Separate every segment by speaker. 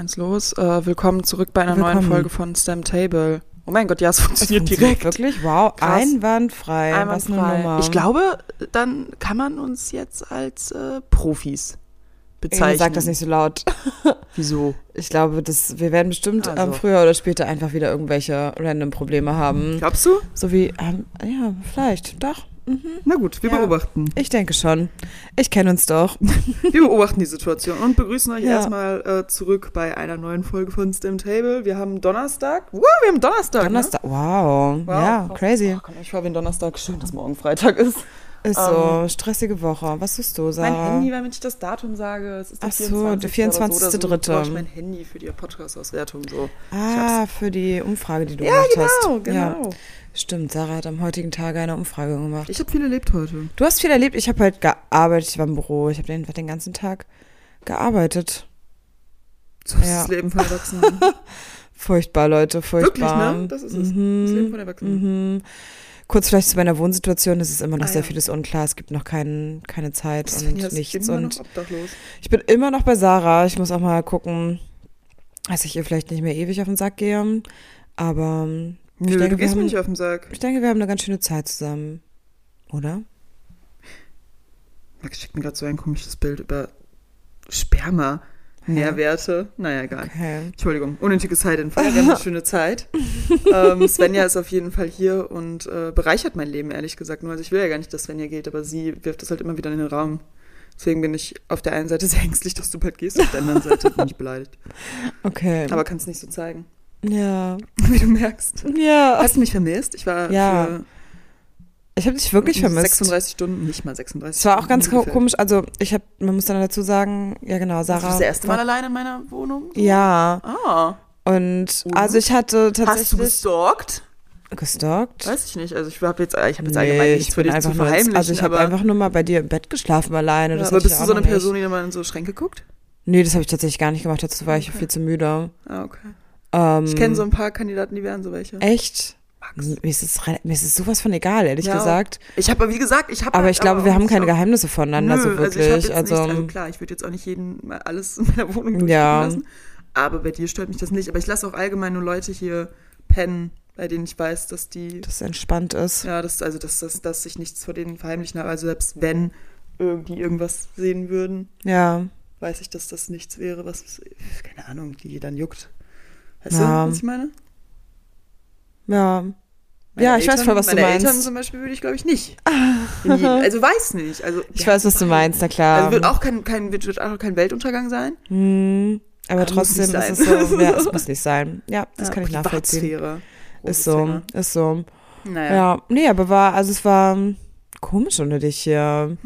Speaker 1: Eins los. Äh, willkommen zurück bei einer neuen
Speaker 2: Willkommen.
Speaker 1: Folge von Stem Table. Oh mein Gott, ja, es funktioniert direkt.
Speaker 2: Wirklich? Wow,
Speaker 1: Krass.
Speaker 2: einwandfrei. Was eine
Speaker 1: Einwandfrei.
Speaker 2: Nummer.
Speaker 1: Ich glaube, dann kann man uns jetzt als äh, Profis bezeichnen.
Speaker 2: Ey, sag das nicht so laut.
Speaker 1: Wieso?
Speaker 2: Ich glaube, das, wir werden bestimmt
Speaker 1: Also.
Speaker 2: ähm, früher oder später einfach wieder irgendwelche random Probleme haben.
Speaker 1: Glaubst du?
Speaker 2: So wie, ähm, ja, vielleicht, doch. Mhm.
Speaker 1: Na gut, wir
Speaker 2: Ja.
Speaker 1: beobachten.
Speaker 2: Ich denke schon. Ich kenne uns doch.
Speaker 1: ne? Wir beobachten die Situation und begrüßen euch
Speaker 2: Ja.
Speaker 1: erstmal äh, zurück bei einer neuen Folge von Stem Table. Wir haben Donnerstag. Wow, wir haben Donnerstag.
Speaker 2: Donnerstag. Wow.
Speaker 1: Ne? Wow,
Speaker 2: Ja,
Speaker 1: krass.
Speaker 2: crazy.
Speaker 1: Oh, komm, ich war wie ein Donnerstag. Schön, dass morgen Freitag ist.
Speaker 2: Ist so. Stressige Woche. Was tust du, Sarah?
Speaker 1: Ähm. Mein Handy, damit ich das Datum sage. Es ist der
Speaker 2: Ach so, der
Speaker 1: 24. oder so, oder so.
Speaker 2: 24.3..
Speaker 1: Ich brauche mein Handy für die Podcast-Auswertung. So.
Speaker 2: Ah, für die Umfrage, die du
Speaker 1: Ja,
Speaker 2: gemacht hast.
Speaker 1: genau, genau.
Speaker 2: Stimmt, Sarah hat am heutigen Tage eine Umfrage gemacht.
Speaker 1: Ich habe viel erlebt heute.
Speaker 2: Du hast viel erlebt. Ich habe halt gearbeitet. Ich war im Büro. Ich habe den, den ganzen Tag gearbeitet.
Speaker 1: So ist
Speaker 2: Ja.
Speaker 1: das Leben von Erwachsenen.
Speaker 2: Furchtbar, Leute,
Speaker 1: Wirklich,
Speaker 2: furchtbar.
Speaker 1: ne? Das ist es. das Leben von Erwachsenen.
Speaker 2: Mhm. Kurz vielleicht zu meiner Wohnsituation. Es ist immer noch
Speaker 1: Ah,
Speaker 2: sehr
Speaker 1: ja.
Speaker 2: vieles unklar. Es gibt noch keinen, keine Zeit
Speaker 1: Das
Speaker 2: und
Speaker 1: finde ich, ich bin
Speaker 2: Mhm. nichts.
Speaker 1: immer
Speaker 2: Und
Speaker 1: noch obdachlos.
Speaker 2: ich bin immer noch bei Sarah. Ich muss auch mal gucken, dass ich ihr vielleicht nicht mehr ewig auf den Sack gehe. Aber ich,
Speaker 1: Nö,
Speaker 2: denke,
Speaker 1: du
Speaker 2: wir
Speaker 1: gehst mir
Speaker 2: haben,
Speaker 1: nicht auf den Sack.
Speaker 2: ich denke, wir haben eine ganz schöne Zeit zusammen. Oder?
Speaker 1: Max schickt mir gerade so ein komisches Bild über Sperma. Nährwerte. Naja, egal.
Speaker 2: Okay.
Speaker 1: Entschuldigung, unnötiges Heidenfall. Wir haben eine schöne Zeit. ähm, Svenja ist auf jeden Fall hier und äh, bereichert mein Leben, ehrlich gesagt. Nur, also ich will ja gar nicht, dass Svenja geht, aber sie wirft das halt immer wieder in den Raum. Deswegen bin ich auf der einen Seite sehr ängstlich, dass du bald gehst, auf der anderen Seite bin ich beleidigt.
Speaker 2: Okay.
Speaker 1: Aber kann es nicht so zeigen,
Speaker 2: ja.
Speaker 1: wie du merkst.
Speaker 2: Ja.
Speaker 1: Hast du mich vermisst? Ich war
Speaker 2: Ja,
Speaker 1: für
Speaker 2: Ich habe dich wirklich vermisst.
Speaker 1: 36 Stunden, nicht mal 36
Speaker 2: Es war auch ganz ko-
Speaker 1: Stunden.
Speaker 2: komisch. Also, ich habe, man muss dann dazu sagen, ja genau,
Speaker 1: Sarah,
Speaker 2: Sarah.
Speaker 1: das erste Mal allein in meiner Wohnung?
Speaker 2: Ja,
Speaker 1: Ah.
Speaker 2: und
Speaker 1: Und?
Speaker 2: also ich hatte
Speaker 1: Hast du
Speaker 2: tatsächlich
Speaker 1: gestalkt?
Speaker 2: gestalkt.
Speaker 1: Weiß ich nicht. Also ich habe jetzt, ich hab jetzt
Speaker 2: Nee,
Speaker 1: allgemein nichts für
Speaker 2: bin
Speaker 1: dich zu
Speaker 2: einfach nur ins-
Speaker 1: verheimlichen.
Speaker 2: Also ich habe
Speaker 1: aber
Speaker 2: einfach nur mal bei dir im Bett geschlafen alleine.
Speaker 1: Ja,
Speaker 2: das
Speaker 1: aber
Speaker 2: hatte ich
Speaker 1: bist
Speaker 2: ja
Speaker 1: du so
Speaker 2: auch
Speaker 1: eine
Speaker 2: noch
Speaker 1: Person, die dann mal in so Schränke guckt?
Speaker 2: Nicht. Nee, das habe ich tatsächlich gar nicht gemacht. Dazu war ich viel zu müde.
Speaker 1: Ah, okay.
Speaker 2: Ähm,
Speaker 1: Ich kenne so ein paar Kandidaten, die wären so welche.
Speaker 2: Echt?
Speaker 1: Max.
Speaker 2: Mir ist, es, re- mir ist es sowas von egal, ehrlich
Speaker 1: Ja.
Speaker 2: gesagt.
Speaker 1: Ich habe, wie gesagt, ich habe.
Speaker 2: Aber
Speaker 1: halt
Speaker 2: ich glaube,
Speaker 1: auch
Speaker 2: wir haben
Speaker 1: nicht
Speaker 2: keine
Speaker 1: so-
Speaker 2: Geheimnisse voneinander so
Speaker 1: Nö, also ich hab
Speaker 2: wirklich.
Speaker 1: jetzt
Speaker 2: Also,
Speaker 1: nicht, also klar, ich würde jetzt auch nicht jeden mal alles in meiner Wohnung durchgucken
Speaker 2: Ja.
Speaker 1: lassen. Aber bei dir stört mich das nicht. Aber ich lasse auch allgemein nur Leute hier pennen, bei denen ich weiß, dass die,
Speaker 2: das entspannt ist.
Speaker 1: ja, das, also dass, dass, dass ich nichts vor denen verheimlichen habe. Also selbst wenn irgendwie irgendwas sehen würden,
Speaker 2: Ja.
Speaker 1: weiß ich, dass das nichts wäre, was, keine Ahnung, die dann juckt. Weißt
Speaker 2: Ja.
Speaker 1: du, was ich meine?
Speaker 2: Ja.
Speaker 1: Meine
Speaker 2: ja, ich weiß
Speaker 1: Eltern-
Speaker 2: voll, was du
Speaker 1: meine
Speaker 2: meinst. Ah.
Speaker 1: Eltern zum Beispiel würde ich, glaube ich, nicht. In jedem- also weiß nicht. Also,
Speaker 2: Ich
Speaker 1: ja,
Speaker 2: weiß, was du meinst, Ähm. na klar.
Speaker 1: Also wird auch kein, kein, wird wird auch kein Weltuntergang sein.
Speaker 2: Hm, aber
Speaker 1: Kann- muss
Speaker 2: trotzdem
Speaker 1: nicht
Speaker 2: ist es
Speaker 1: sein.
Speaker 2: so, ja, es muss nicht sein. Ja, das kann ich nachvollziehen.
Speaker 1: Privatsphäre. Großes
Speaker 2: Ist so,
Speaker 1: Thema.
Speaker 2: ist so. Ja.
Speaker 1: Oh, Naja.
Speaker 2: nee, aber war, also es war ähm, komisch ohne dich hier.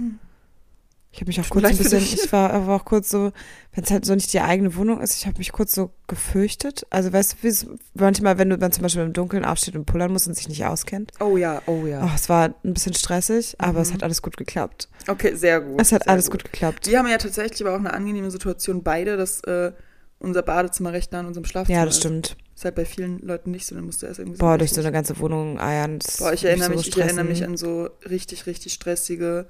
Speaker 2: Ich habe mich auch kurz
Speaker 1: mir
Speaker 2: ein
Speaker 1: leid Hm. für
Speaker 2: bisschen,
Speaker 1: dich.
Speaker 2: ich war aber auch kurz so, wenn es halt so nicht die eigene Wohnung ist, ich habe mich kurz so gefürchtet. Also weißt du, wie es manchmal, wenn du dann zum Beispiel im Dunkeln aufsteht und pullern muss und sich nicht auskennt.
Speaker 1: Oh ja, oh ja.
Speaker 2: Oh, es war ein bisschen stressig, aber es hat alles gut geklappt.
Speaker 1: Okay, sehr gut.
Speaker 2: Es hat
Speaker 1: Oh, sehr
Speaker 2: alles gut geklappt.
Speaker 1: Wir haben ja tatsächlich aber auch eine angenehme Situation beide, dass äh, unser Badezimmer recht nah an unserem Schlafzimmer
Speaker 2: Ja, das
Speaker 1: ist.
Speaker 2: stimmt.
Speaker 1: Ist halt bei vielen Leuten nicht so, dann musst du erst irgendwie
Speaker 2: Boah,
Speaker 1: so
Speaker 2: durch so eine ganze Wohnung eiern. das
Speaker 1: Boah, ich
Speaker 2: würde
Speaker 1: erinnere mich,
Speaker 2: so
Speaker 1: ich erinnere
Speaker 2: stressen.
Speaker 1: mich an so richtig, richtig stressige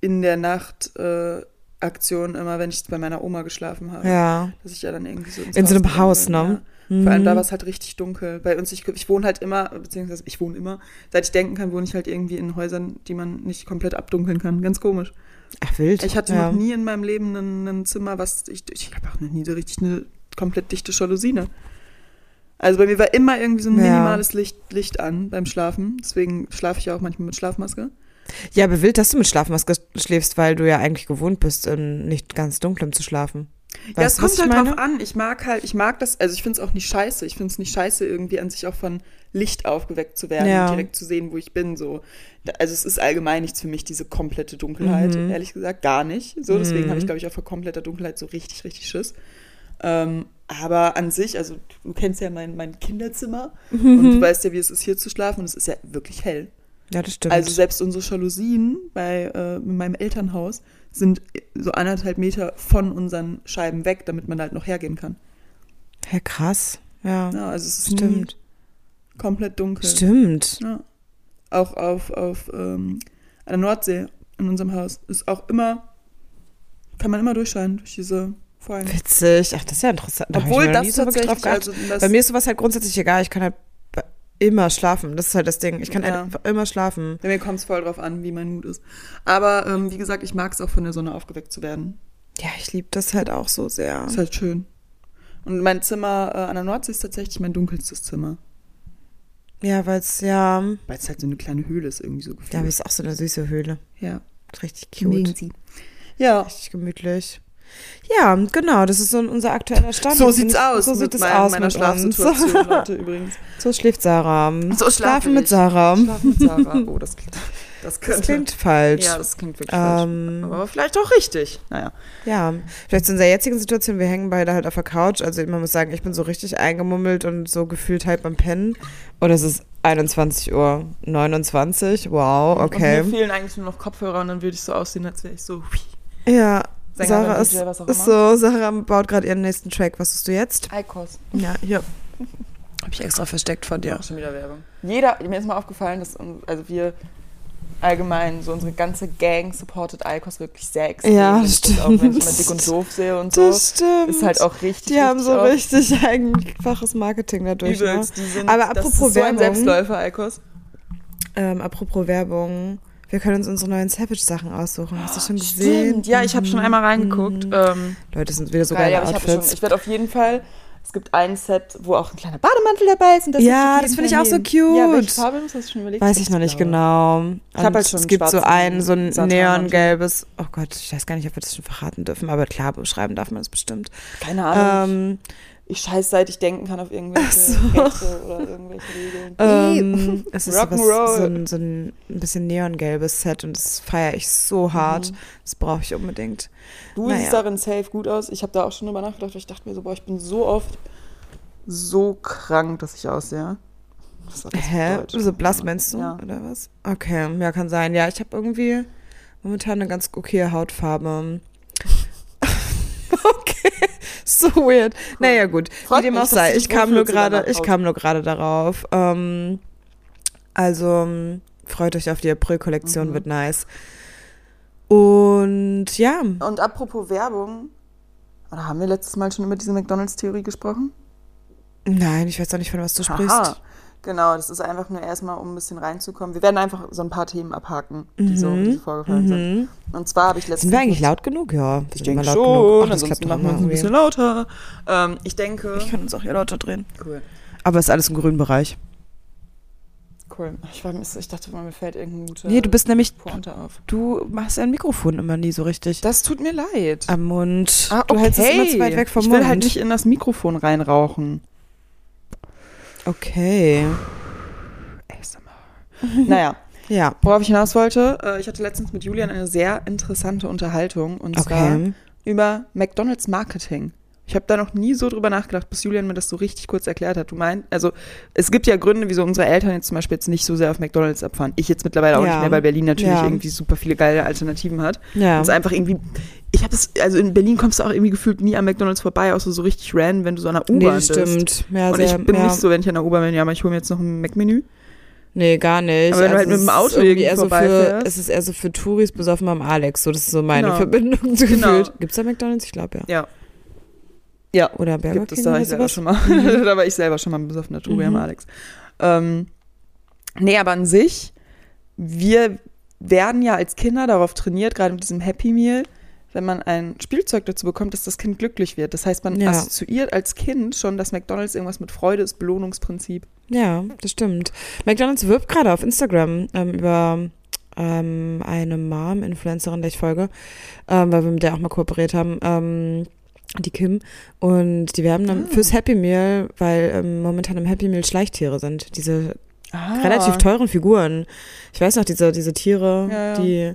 Speaker 1: in der Nacht äh, Aktionen immer, wenn ich bei meiner Oma geschlafen habe.
Speaker 2: Ja.
Speaker 1: Dass ich ja dann irgendwie so ins
Speaker 2: In so einem
Speaker 1: gegangen
Speaker 2: Haus,
Speaker 1: bin,
Speaker 2: ne?
Speaker 1: Ja. Vor allem da
Speaker 2: Mhm.
Speaker 1: war es halt richtig dunkel. Bei uns, ich, ich wohne halt immer, beziehungsweise ich wohne immer, seit ich denken kann, wohne ich halt irgendwie in Häusern, die man nicht komplett abdunkeln kann. Ganz komisch.
Speaker 2: Ach, wild.
Speaker 1: Ich hatte
Speaker 2: ja.
Speaker 1: noch nie in meinem Leben ein, ein Zimmer, was ich, ich habe auch noch nie so richtig eine komplett dichte Jalousine. Also bei mir war immer irgendwie so ein
Speaker 2: Ja.
Speaker 1: minimales Licht, Licht an beim Schlafen. Deswegen schlafe ich ja auch manchmal mit Schlafmaske.
Speaker 2: Ja, aber wild, dass du mit Schlafmaske schläfst, weil du ja eigentlich gewohnt bist, in nicht ganz dunklem zu schlafen.
Speaker 1: ja,
Speaker 2: Weißt
Speaker 1: es
Speaker 2: du,
Speaker 1: kommt
Speaker 2: was ich
Speaker 1: halt
Speaker 2: meine?
Speaker 1: drauf an. Ich mag halt, ich mag das, also ich finde es auch nicht scheiße. Ich finde es nicht scheiße, irgendwie an sich auch von Licht aufgeweckt zu werden
Speaker 2: Ja.
Speaker 1: und direkt zu sehen, wo ich bin. So. Da- Also es ist allgemein nichts für mich, diese komplette Dunkelheit,
Speaker 2: Mhm.
Speaker 1: ehrlich gesagt, gar nicht. So, deswegen habe ich, glaube ich, auch vor kompletter Dunkelheit so richtig, richtig Schiss. Ähm, aber an sich, also du kennst ja mein, mein Kinderzimmer und du weißt ja, wie es ist, hier zu schlafen und es ist ja wirklich hell.
Speaker 2: Ja, das stimmt.
Speaker 1: Also selbst unsere Jalousien bei äh, in meinem Elternhaus sind so anderthalb Meter von unseren Scheiben weg, damit man da halt noch hergehen kann.
Speaker 2: ja, krass. Ja,
Speaker 1: Ja, also es ist
Speaker 2: stimmt.
Speaker 1: nie komplett dunkel.
Speaker 2: Stimmt.
Speaker 1: Ja. Auch auf, auf ähm, an der Nordsee in unserem Haus ist auch immer, kann man immer durchscheinen durch diese aufgefallen.
Speaker 2: Witzig. Ach, das ist ja interessant. Da hab ich
Speaker 1: Obwohl
Speaker 2: mir noch nie
Speaker 1: das
Speaker 2: so wirklich drauf
Speaker 1: tatsächlich,
Speaker 2: geachtet.
Speaker 1: also das,
Speaker 2: Bei mir ist sowas halt grundsätzlich egal. Ich kann halt b- immer schlafen. Das ist halt das Ding. Ich kann
Speaker 1: Ja.
Speaker 2: einfach immer schlafen.
Speaker 1: bei mir kommt es voll drauf an, wie mein Mut ist. Aber ähm, wie gesagt, ich mag es auch von der Sonne aufgeweckt zu werden.
Speaker 2: Ja, ich liebe das halt auch so sehr.
Speaker 1: Ist halt schön. Und mein Zimmer äh, an der Nordsee ist tatsächlich mein dunkelstes Zimmer.
Speaker 2: Ja, weil es ja.
Speaker 1: Weil es halt so eine kleine Höhle ist, irgendwie so
Speaker 2: Ja, aber
Speaker 1: gefühlt.
Speaker 2: es ist auch so eine süße Höhle.
Speaker 1: Ja,
Speaker 2: Richtig cute.
Speaker 1: ja. ja.
Speaker 2: Richtig gemütlich. Ja, genau, das ist so unser aktueller Stand.
Speaker 1: So
Speaker 2: Und
Speaker 1: sieht's aus.
Speaker 2: So sieht
Speaker 1: mit
Speaker 2: es
Speaker 1: meinem-
Speaker 2: aus
Speaker 1: meiner
Speaker 2: mit uns.
Speaker 1: Schlafsituation heute übrigens.
Speaker 2: So schläft Sarah.
Speaker 1: So schlafe
Speaker 2: Schlafen mit
Speaker 1: ich.
Speaker 2: Sarah.
Speaker 1: Schlafen mit Sarah. Oh, das klingt. Das, könnte,
Speaker 2: Das klingt falsch.
Speaker 1: Ja,
Speaker 2: Ja.
Speaker 1: das klingt wirklich falsch.
Speaker 2: Ähm.
Speaker 1: Aber vielleicht auch richtig. Naja.
Speaker 2: vielleicht in unserer jetzigen Situation, wir hängen beide halt auf der Couch. Also man muss sagen, ich bin so richtig eingemummelt und so gefühlt halb am Pennen. Und es ist 21 Uhr 29. Wow, okay.
Speaker 1: Und mir fehlen eigentlich nur noch Kopfhörer und dann würde ich so aussehen, als wäre ich so. hui,
Speaker 2: Ja,
Speaker 1: Sängerin,
Speaker 2: Sarah ist,
Speaker 1: DJ, was auch
Speaker 2: ist
Speaker 1: immer.
Speaker 2: so, Sarah baut gerade ihren nächsten Track. Was tust du jetzt?
Speaker 1: Eikos.
Speaker 2: Ja, hier.
Speaker 1: Habe ich extra versteckt von dir. Auch schon wieder Werbung. Jeder, mir ist mal aufgefallen, dass uns- also wir allgemein so unsere ganze Gang supportet Eikos wirklich sehr extrem.
Speaker 2: Ja,
Speaker 1: Und das
Speaker 2: stimmt.
Speaker 1: Auch wenn ich mal dick und doof sehe und so.
Speaker 2: Das stimmt.
Speaker 1: Ist halt auch richtig.
Speaker 2: Die haben
Speaker 1: richtig
Speaker 2: so
Speaker 1: auch
Speaker 2: richtig einfaches Marketing dadurch. Ne?
Speaker 1: Übelst. Die sind,
Speaker 2: Aber
Speaker 1: das
Speaker 2: apropos
Speaker 1: ist so ein
Speaker 2: Werbung.
Speaker 1: Selbstläufer, Eikos.
Speaker 2: Ähm, apropos Werbung. Wir können uns unsere neuen Savage-Sachen aussuchen. Hast du schon gesehen?
Speaker 1: Stimmt, ja, ich habe schon einmal reingeguckt. Ähm,
Speaker 2: Leute, das sind wieder Mhm. so
Speaker 1: geil,
Speaker 2: geile
Speaker 1: ja, aber ich habe schon.
Speaker 2: Outfits.
Speaker 1: Ich werde auf jeden Fall. Es gibt ein Set, wo auch ein kleiner Bademantel dabei ist. Und das
Speaker 2: Ja,
Speaker 1: werd
Speaker 2: das
Speaker 1: auf jeden
Speaker 2: finde ich
Speaker 1: Fall
Speaker 2: auch so
Speaker 1: nehmen. Ja,
Speaker 2: cute.
Speaker 1: welche Farbe hast du das schon überlegt?
Speaker 2: Weiß ich noch nicht genau. Und
Speaker 1: Ich hab halt schon
Speaker 2: es gibt so
Speaker 1: schwarzen
Speaker 2: ein, so ein
Speaker 1: Satan-
Speaker 2: neongelbes. Oh Gott, ich weiß gar nicht, ob wir das schon verraten dürfen, aber klar, beschreiben darf man das bestimmt.
Speaker 1: Keine Ahnung.
Speaker 2: Ähm,
Speaker 1: ich scheiß seit ich denken kann auf irgendwelche
Speaker 2: so.
Speaker 1: Rechte oder irgendwelche Regeln.
Speaker 2: ähm, es ist sowas,
Speaker 1: Rock'n'Roll.
Speaker 2: so, ein, so ein ein bisschen neongelbes Set und das feiere ich so hart.
Speaker 1: Mhm.
Speaker 2: Das brauche ich unbedingt.
Speaker 1: du
Speaker 2: naja.
Speaker 1: siehst darin safe gut aus. Ich habe da auch schon drüber nachgedacht. weil Ich dachte mir so, boah, ich bin so oft so krank, dass ich aussehe. Was sagt das auf
Speaker 2: Hä?
Speaker 1: Deutsch?
Speaker 2: So blass meinst du?
Speaker 1: Ja.
Speaker 2: Oder was? Okay, ja, kann sein. Ja, ich habe irgendwie momentan eine ganz okaye Hautfarbe. okay, so weird. Naja, gut.
Speaker 1: Freut
Speaker 2: Wie dem
Speaker 1: mich,
Speaker 2: auch
Speaker 1: dass
Speaker 2: sei,
Speaker 1: du dich
Speaker 2: ich kam nur
Speaker 1: wohlfühlst in
Speaker 2: gerade,
Speaker 1: deiner
Speaker 2: ich
Speaker 1: Haut.
Speaker 2: kam nur gerade darauf. Ähm, also m, freut euch auf die
Speaker 1: Mhm.
Speaker 2: April-Kollektion, wird nice. Und ja,
Speaker 1: Und apropos Werbung, oder haben wir letztes Mal schon über diese McDonalds-Theorie gesprochen?
Speaker 2: nein, ich weiß auch nicht, von was du sprichst.
Speaker 1: Aha. Genau, das ist einfach nur erstmal, um ein bisschen reinzukommen. Wir werden einfach so ein paar Themen abhaken, die so
Speaker 2: Mhm.
Speaker 1: die vorgefallen sind.
Speaker 2: Mhm.
Speaker 1: Und zwar habe ich letztens.
Speaker 2: Sind wir eigentlich laut genug? Ja,
Speaker 1: Ich
Speaker 2: sind
Speaker 1: denke
Speaker 2: wir laut
Speaker 1: schon,
Speaker 2: genug. Ach, das klappt
Speaker 1: ansonsten
Speaker 2: doch
Speaker 1: machen wir uns
Speaker 2: immer
Speaker 1: ein
Speaker 2: irgendwie.
Speaker 1: bisschen lauter. Ähm, ich denke.
Speaker 2: Ich kann uns auch hier lauter drehen.
Speaker 1: cool.
Speaker 2: Aber ist alles im grünen Bereich.
Speaker 1: Cool. Ich, war, ich dachte, mir fällt irgendein guter
Speaker 2: Nee, du bist nämlich,
Speaker 1: Pointe auf.
Speaker 2: du machst dein Mikrofon immer nie so richtig
Speaker 1: Das tut mir leid.
Speaker 2: am Mund. Du hältst es immer zu weit weg vom
Speaker 1: Ah, ich will
Speaker 2: Mund.
Speaker 1: halt nicht in das Mikrofon reinrauchen.
Speaker 2: Okay.
Speaker 1: ASMR. naja,
Speaker 2: Ja.
Speaker 1: worauf ich hinaus wollte, äh, ich hatte letztens mit Julian eine sehr interessante Unterhaltung und zwar
Speaker 2: Okay.
Speaker 1: über McDonalds Marketing. Ich habe da noch nie so drüber nachgedacht, bis Julian mir das so richtig kurz erklärt hat. Du meinst, also es gibt ja Gründe, wieso unsere Eltern jetzt zum Beispiel jetzt nicht so sehr auf McDonalds abfahren. Ich jetzt mittlerweile auch
Speaker 2: Ja.
Speaker 1: nicht mehr, weil Berlin natürlich
Speaker 2: Ja.
Speaker 1: irgendwie super viele geile Alternativen hat.
Speaker 2: Ja.
Speaker 1: Und es einfach irgendwie, ich habe es, also in Berlin kommst du auch irgendwie gefühlt nie an McDonalds vorbei, außer so richtig random, wenn du so an der U-Bahn
Speaker 2: Nee,
Speaker 1: bist.
Speaker 2: stimmt. Ja,
Speaker 1: Und
Speaker 2: sehr,
Speaker 1: ich bin
Speaker 2: ja.
Speaker 1: nicht so, wenn ich an der U-Bahn bin, ja, aber ich hole mir jetzt noch ein Mac-Menü.
Speaker 2: Nee, gar nicht. Also
Speaker 1: Aber wenn du halt
Speaker 2: es
Speaker 1: mit dem
Speaker 2: ist
Speaker 1: Auto
Speaker 2: irgendwie
Speaker 1: irgendwie
Speaker 2: eher so für,
Speaker 1: vorbeifährst.
Speaker 2: Es ist eher so für Touris besoffen am Alex. So, das ist so meine
Speaker 1: Genau.
Speaker 2: Verbindung zu
Speaker 1: Genau.
Speaker 2: gefühlt. Gibt's da McDonalds? Ich glaube ja.
Speaker 1: Ja. Ja,
Speaker 2: Oder Burger
Speaker 1: gibt es
Speaker 2: King
Speaker 1: da,
Speaker 2: oder
Speaker 1: ich selber
Speaker 2: sowas? Mhm.
Speaker 1: schon mal. da war ich selber schon mal besoffen, der Tobi am Alex. Ähm, nee, aber an sich, wir werden ja als Kinder darauf trainiert, gerade mit diesem Happy Meal, wenn man ein Spielzeug dazu bekommt, dass das Kind glücklich wird. Das heißt, man
Speaker 2: Ja.
Speaker 1: assoziiert als Kind schon, dass McDonalds irgendwas mit Freude ist, Belohnungsprinzip.
Speaker 2: Ja, das stimmt. McDonalds wirbt gerade auf Instagram ähm, über ähm, eine Mom-Influencerin, der ich folge, ähm, weil wir mit der auch mal kooperiert haben, ähm, die Kim. Und die werben
Speaker 1: Ah.
Speaker 2: dann fürs Happy Meal, weil ähm, momentan im Happy Meal Schleichtiere sind. Diese relativ teuren Figuren. Ich weiß noch, diese, diese Tiere,
Speaker 1: Ah. Ja, ja.
Speaker 2: die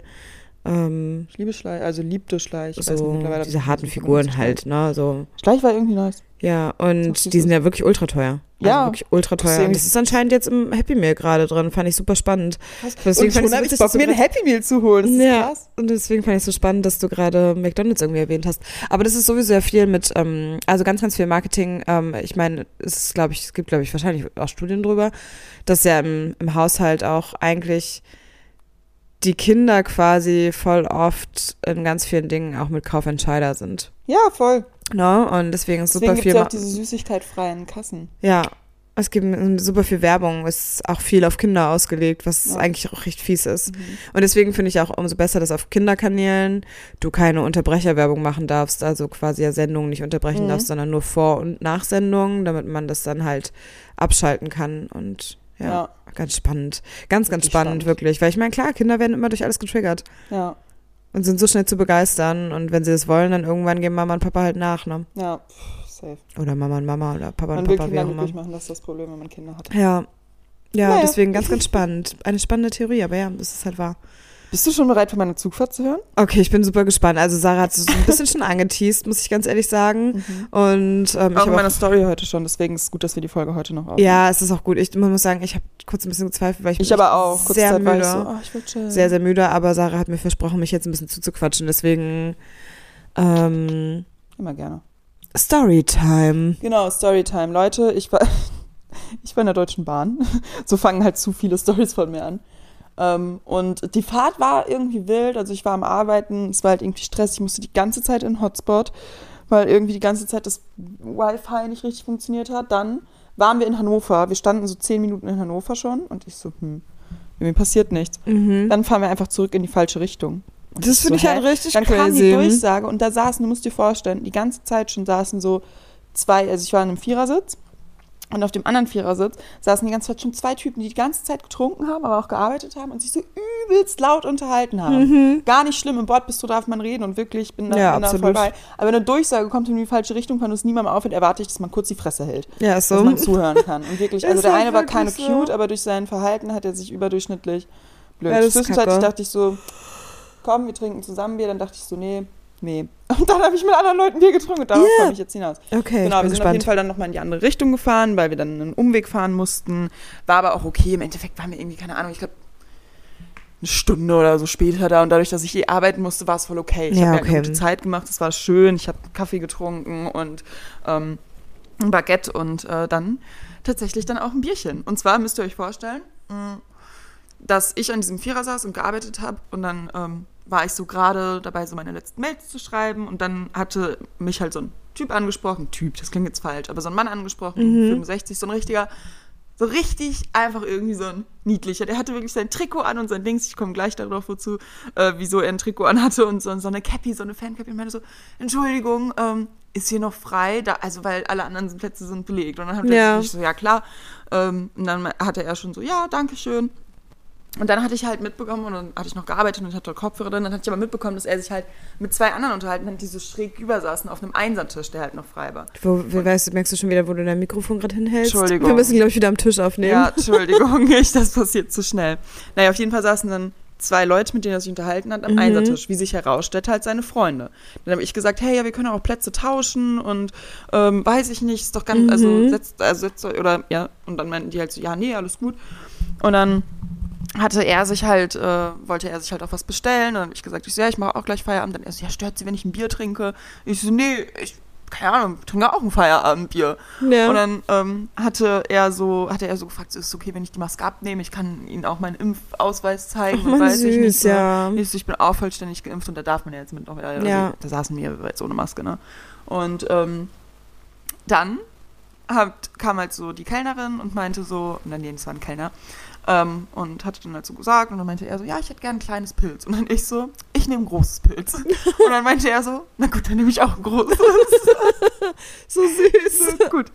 Speaker 2: ähm,
Speaker 1: Ich liebe Schleich, also liebte Schleich. Ich weiß nicht,
Speaker 2: so
Speaker 1: mittlerweile hab ich
Speaker 2: diese harten
Speaker 1: nicht so
Speaker 2: Figuren
Speaker 1: benutzt.
Speaker 2: halt, ne? So.
Speaker 1: Schleich war irgendwie nice.
Speaker 2: Ja,
Speaker 1: Ach,
Speaker 2: und die
Speaker 1: süß.
Speaker 2: sind ja wirklich ultra teuer. Also
Speaker 1: Ja.
Speaker 2: Wirklich ultra
Speaker 1: Das ist
Speaker 2: teuer. Und
Speaker 1: irgendwie-
Speaker 2: das ist anscheinend jetzt im Happy Meal gerade drin. Fand ich super spannend. Deswegen
Speaker 1: Und schon
Speaker 2: fand
Speaker 1: habe
Speaker 2: ich's
Speaker 1: ich
Speaker 2: witzig,
Speaker 1: Bock,
Speaker 2: dass du
Speaker 1: mir ein
Speaker 2: grad-
Speaker 1: Happy Meal zu holen. Das ist
Speaker 2: ja,
Speaker 1: krass.
Speaker 2: und deswegen fand ich es so spannend, dass du gerade McDonalds irgendwie erwähnt hast. Aber das ist sowieso ja viel mit, ähm, also ganz, ganz viel Marketing. Ähm, ich meine, es ist, glaube ich, es gibt, glaube ich, wahrscheinlich auch Studien drüber, dass ja im, im Haushalt auch eigentlich die Kinder quasi voll oft in ganz vielen Dingen auch mit Kaufentscheider sind.
Speaker 1: Ja, voll.
Speaker 2: Ne? Und deswegen ist
Speaker 1: Deswegen
Speaker 2: super
Speaker 1: gibt
Speaker 2: viel.
Speaker 1: es ja auch
Speaker 2: Ma-
Speaker 1: diese süßigkeitfreien Kassen.
Speaker 2: ja, es gibt ähm, super viel Werbung, ist auch viel auf Kinder ausgelegt, was
Speaker 1: Ja. Mhm.
Speaker 2: eigentlich auch recht fies ist. Und deswegen finde ich auch umso besser, dass auf Kinderkanälen du keine Unterbrecherwerbung machen darfst, also quasi ja Sendungen nicht unterbrechen
Speaker 1: Mhm.
Speaker 2: darfst, sondern nur Vor- und Nachsendungen, damit man das dann halt abschalten kann und ja.
Speaker 1: Ja.
Speaker 2: Ganz spannend. Ganz, ganz
Speaker 1: Wirklich
Speaker 2: spannend,
Speaker 1: spannend.
Speaker 2: wirklich. Weil ich meine, klar, Kinder werden immer durch alles getriggert
Speaker 1: Ja,
Speaker 2: und sind so schnell zu begeistern. Und wenn sie das wollen, dann irgendwann geben Mama und Papa halt nach, ne?
Speaker 1: ja, pff, safe.
Speaker 2: Oder Mama und Mama oder Papa und
Speaker 1: Man will
Speaker 2: Papa, wie
Speaker 1: Kinder
Speaker 2: auch immer.
Speaker 1: glücklich machen, das ist das Problem, wenn man Kinder hat.
Speaker 2: Ja. Ja,
Speaker 1: Naja.
Speaker 2: deswegen ganz, ganz spannend. Eine spannende Theorie, aber ja, das ist halt wahr.
Speaker 1: Bist du schon bereit für meine Zugfahrt zu hören?
Speaker 2: Okay, ich bin super gespannt. Also Sarah hat es so ein bisschen schon angeteased, muss ich ganz ehrlich sagen. Und ähm, ich
Speaker 1: Auch in
Speaker 2: habe
Speaker 1: meiner Story heute schon, deswegen ist es gut, dass wir die Folge heute noch aufnehmen.
Speaker 2: Ja, es ist auch gut. Ich man muss sagen, ich habe kurz ein bisschen gezweifelt, weil ich,
Speaker 1: Ich
Speaker 2: bin
Speaker 1: aber
Speaker 2: echt
Speaker 1: auch. Kurze
Speaker 2: sehr
Speaker 1: Zeit war
Speaker 2: müde.
Speaker 1: ich so, oh, ich will chillen.
Speaker 2: sehr, sehr müde, aber Sarah hat mir versprochen, mich jetzt ein bisschen zuzuquatschen. Deswegen ähm,
Speaker 1: Immer gerne.
Speaker 2: Storytime.
Speaker 1: Genau, Storytime. Leute, ich war, ich war in der Deutschen Bahn. So fangen halt zu viele Stories von mir an. Ähm, und die Fahrt war irgendwie wild. Also ich war am Arbeiten, es war halt irgendwie Stress. Ich musste die ganze Zeit in den Hotspot, weil irgendwie die ganze Zeit das Wi-Fi nicht richtig funktioniert hat. Dann waren wir in Hannover. Wir standen so zehn Minuten in Hannover schon und ich so, hm, irgendwie passiert nichts. Dann fahren wir einfach zurück in die falsche Richtung. Und
Speaker 2: Mhm. Das finde ich
Speaker 1: hä?
Speaker 2: halt richtig
Speaker 1: Dann kam
Speaker 2: crazy.
Speaker 1: die Durchsage und da saßen, du musst dir vorstellen, die ganze Zeit schon saßen so zwei, also ich war in einem Vierersitz und auf dem anderen Vierersitz saßen die ganze Zeit schon zwei Typen, die die ganze Zeit getrunken haben, aber auch gearbeitet haben und sich so übelst laut unterhalten haben. Gar nicht schlimm, im Bord bist du, darf man reden und wirklich, ich bin da,
Speaker 2: Mhm. Ja,
Speaker 1: bin da voll
Speaker 2: absolut.
Speaker 1: bei. Aber wenn eine Durchsage kommt und in die falsche Richtung kann und es niemandem auffällt, erwarte ich, dass man kurz die Fresse hält.
Speaker 2: Ja, ist so.
Speaker 1: Dass man zuhören kann. Und wirklich,
Speaker 2: Ist
Speaker 1: also der
Speaker 2: halt
Speaker 1: eine war keine
Speaker 2: wirklich so.
Speaker 1: cute, aber durch sein Verhalten hat er sich überdurchschnittlich blöd.
Speaker 2: Ja, das ist
Speaker 1: Zwischenzeitlich
Speaker 2: kacke.
Speaker 1: dachte ich so, komm, wir trinken zusammen Bier. Dann dachte ich so, nee, nee. Und dann habe ich mit anderen Leuten Bier getrunken und darauf
Speaker 2: Ja.
Speaker 1: komme ich jetzt hinaus.
Speaker 2: Okay,
Speaker 1: Genau,
Speaker 2: ich
Speaker 1: wir
Speaker 2: bin
Speaker 1: sind auf jeden
Speaker 2: gespannt.
Speaker 1: Fall dann nochmal in die andere Richtung gefahren, weil wir dann einen Umweg fahren mussten. War aber auch okay. Im Endeffekt waren wir irgendwie, keine Ahnung, ich glaube, eine Stunde oder so später da. Und dadurch, dass ich eh arbeiten musste, war es voll okay. Ich
Speaker 2: Ja,
Speaker 1: habe mir
Speaker 2: okay.
Speaker 1: eine gute Zeit gemacht, es war schön. Ich habe Kaffee getrunken und ähm, ein Baguette und äh, dann tatsächlich dann auch ein Bierchen. Und zwar müsst ihr euch vorstellen, mm, mh, dass ich an diesem Vierer saß und gearbeitet habe und dann ähm, war ich so gerade dabei, so meine letzten Mails zu schreiben und dann hatte mich halt so ein Typ angesprochen, Typ, das klingt jetzt falsch, aber so ein Mann angesprochen, 65, so ein richtiger, so richtig einfach irgendwie so ein niedlicher. Der hatte wirklich sein Trikot an und sein Dings, ich komme gleich darauf, wozu, äh, wieso er ein Trikot an hatte und so, so eine Cappy, so eine Fancappy und meinte so, Entschuldigung, ähm, ist hier noch frei, da, also weil alle anderen Plätze sind belegt. Und dann hat
Speaker 2: Ja.
Speaker 1: er ich so, ja klar. Ähm, und dann hatte er schon so, ja, danke schön. Und dann hatte ich halt mitbekommen, und dann hatte ich noch gearbeitet und ich hatte Kopfhörer drin, dann hatte ich aber mitbekommen, dass er sich halt mit zwei anderen unterhalten hat, die so schräg über saßen auf einem Einsertisch, der halt noch frei war.
Speaker 2: Wo, wo, weißt du, merkst du schon wieder, wo du dein Mikrofon gerade hinhältst?
Speaker 1: Entschuldigung.
Speaker 2: Wir müssen, glaube ich, wieder am Tisch aufnehmen.
Speaker 1: Ja, Entschuldigung, ich, das passiert zu schnell. Naja, auf jeden Fall saßen dann zwei Leute, mit denen er sich unterhalten hat, am Einsertisch, wie sich herausstellt, halt seine Freunde. Dann habe ich gesagt, hey, ja, wir können auch Plätze tauschen und ähm, weiß ich nicht, ist doch ganz, also setzt, also setzt euch- oder ja, und dann meinten die halt so, ja, nee, alles gut. Und dann hatte er sich halt, äh, wollte er sich halt auch was bestellen. Und dann habe ich gesagt, ich so, ja, ich mache auch gleich Feierabend. Dann er so, ja, stört sie, wenn ich ein Bier trinke? Ich so, nee, ich, keine Ahnung, trinke auch ein Feierabendbier.
Speaker 2: Ja.
Speaker 1: Und dann ähm, hatte er so, hatte er so gefragt, ist es okay, wenn ich die Maske abnehme? Ich kann ihnen auch meinen Impfausweis zeigen.
Speaker 2: Ach,
Speaker 1: und
Speaker 2: Mann,
Speaker 1: weiß ich nicht, ne?
Speaker 2: süß,
Speaker 1: so.
Speaker 2: ja.
Speaker 1: Ich, so, ich bin auch vollständig geimpft und da darf man ja jetzt mit noch, also,
Speaker 2: Mhm. Ja.
Speaker 1: da saßen wir jetzt ohne Maske, ne? Und ähm, dann hat, kam halt so die Kellnerin und meinte so, und dann nee, das war ein Kellner, ähm, und hatte dann halt so gesagt und dann meinte er so, ja, ich hätte gern ein kleines Pilz. Und dann ich so, ich nehme ein großes Pilz. Und dann meinte er so, na gut, dann nehme ich auch ein großes.
Speaker 2: So süß.
Speaker 1: So, gut.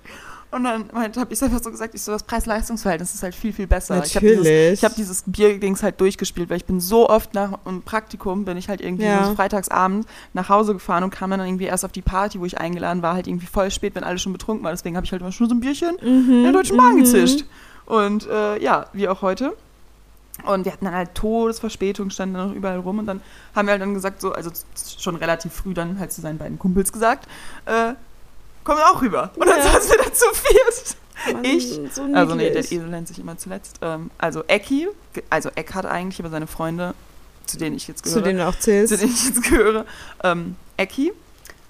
Speaker 1: Und dann habe ich einfach so gesagt, ich so, das Preis-Leistungs-Verhältnis ist halt viel, viel besser.
Speaker 2: Natürlich.
Speaker 1: Ich habe dieses, ich hab dieses Bier-Dings halt durchgespielt, weil ich bin so oft nach einem Praktikum, bin ich halt irgendwie
Speaker 2: Ja.
Speaker 1: so freitagsabend nach Hause gefahren und kam dann irgendwie erst auf die Party, wo ich eingeladen war, halt irgendwie voll spät, wenn alle schon betrunken waren. Deswegen habe ich halt immer schon so ein Bierchen
Speaker 2: Mhm.
Speaker 1: in der Deutschen Bahn gezischt. Und äh, ja, wie auch heute. Und wir hatten dann halt Todesverspätung, standen dann noch überall rum und dann haben wir halt dann gesagt, so, also schon relativ früh dann halt zu seinen beiden Kumpels gesagt, äh, kommen auch rüber. Und dann
Speaker 2: Ja.
Speaker 1: saßen wir da zu viert.
Speaker 2: Mann,
Speaker 1: ich,
Speaker 2: so
Speaker 1: also nee, der
Speaker 2: niedlich.
Speaker 1: Esel nennt sich immer zuletzt. Ähm, also Ecki, ge- also Eckhard eigentlich, aber seine Freunde, zu denen ich jetzt gehöre,
Speaker 2: Zu denen du auch zählst.
Speaker 1: zu denen ich jetzt gehöre, ähm, Ecki,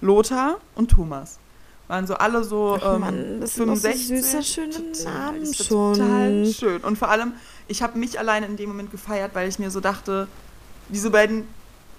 Speaker 1: Lothar und Thomas. Waren so alle so
Speaker 2: Ach
Speaker 1: ähm,
Speaker 2: Mann, das sind auch so
Speaker 1: 65.
Speaker 2: süße, schöne
Speaker 1: Total,
Speaker 2: Namen
Speaker 1: das war
Speaker 2: schon.
Speaker 1: Total schön. Und vor allem, ich habe mich alleine in dem Moment gefeiert, weil ich mir so dachte, diese beiden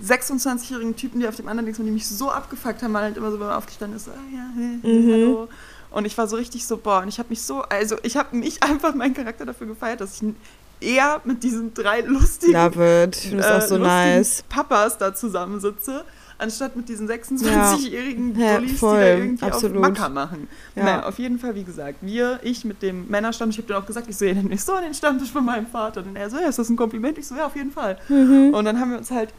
Speaker 1: 26-jährigen Typen, die auf dem anderen links waren, die mich so abgefuckt haben, waren halt immer so, wenn man aufgestanden ist, so, ah, ja, hey,
Speaker 2: Mhm.
Speaker 1: hallo. Und ich war so richtig so, boah, und ich habe mich so, also ich habe mich einfach meinen Charakter dafür gefeiert, dass ich n- eher mit diesen drei lustigen
Speaker 2: Love it. Ich finde das
Speaker 1: äh,
Speaker 2: auch so
Speaker 1: lustigen
Speaker 2: nice.
Speaker 1: Papas da zusammensitze, anstatt mit diesen 26-jährigen
Speaker 2: Ja. Ja,
Speaker 1: Bullies,
Speaker 2: voll.
Speaker 1: die da irgendwie
Speaker 2: Absolut.
Speaker 1: auf Macker machen.
Speaker 2: Ja.
Speaker 1: Naja, auf jeden Fall, wie gesagt, wir, ich mit dem Männerstammtisch, ich habe dann auch gesagt, ich sehe den nicht so an den Stammtisch von meinem Vater. Und er so, ja, ist das ein Kompliment? Ich so, ja, auf jeden Fall.
Speaker 2: Mhm.
Speaker 1: Und dann haben wir uns halt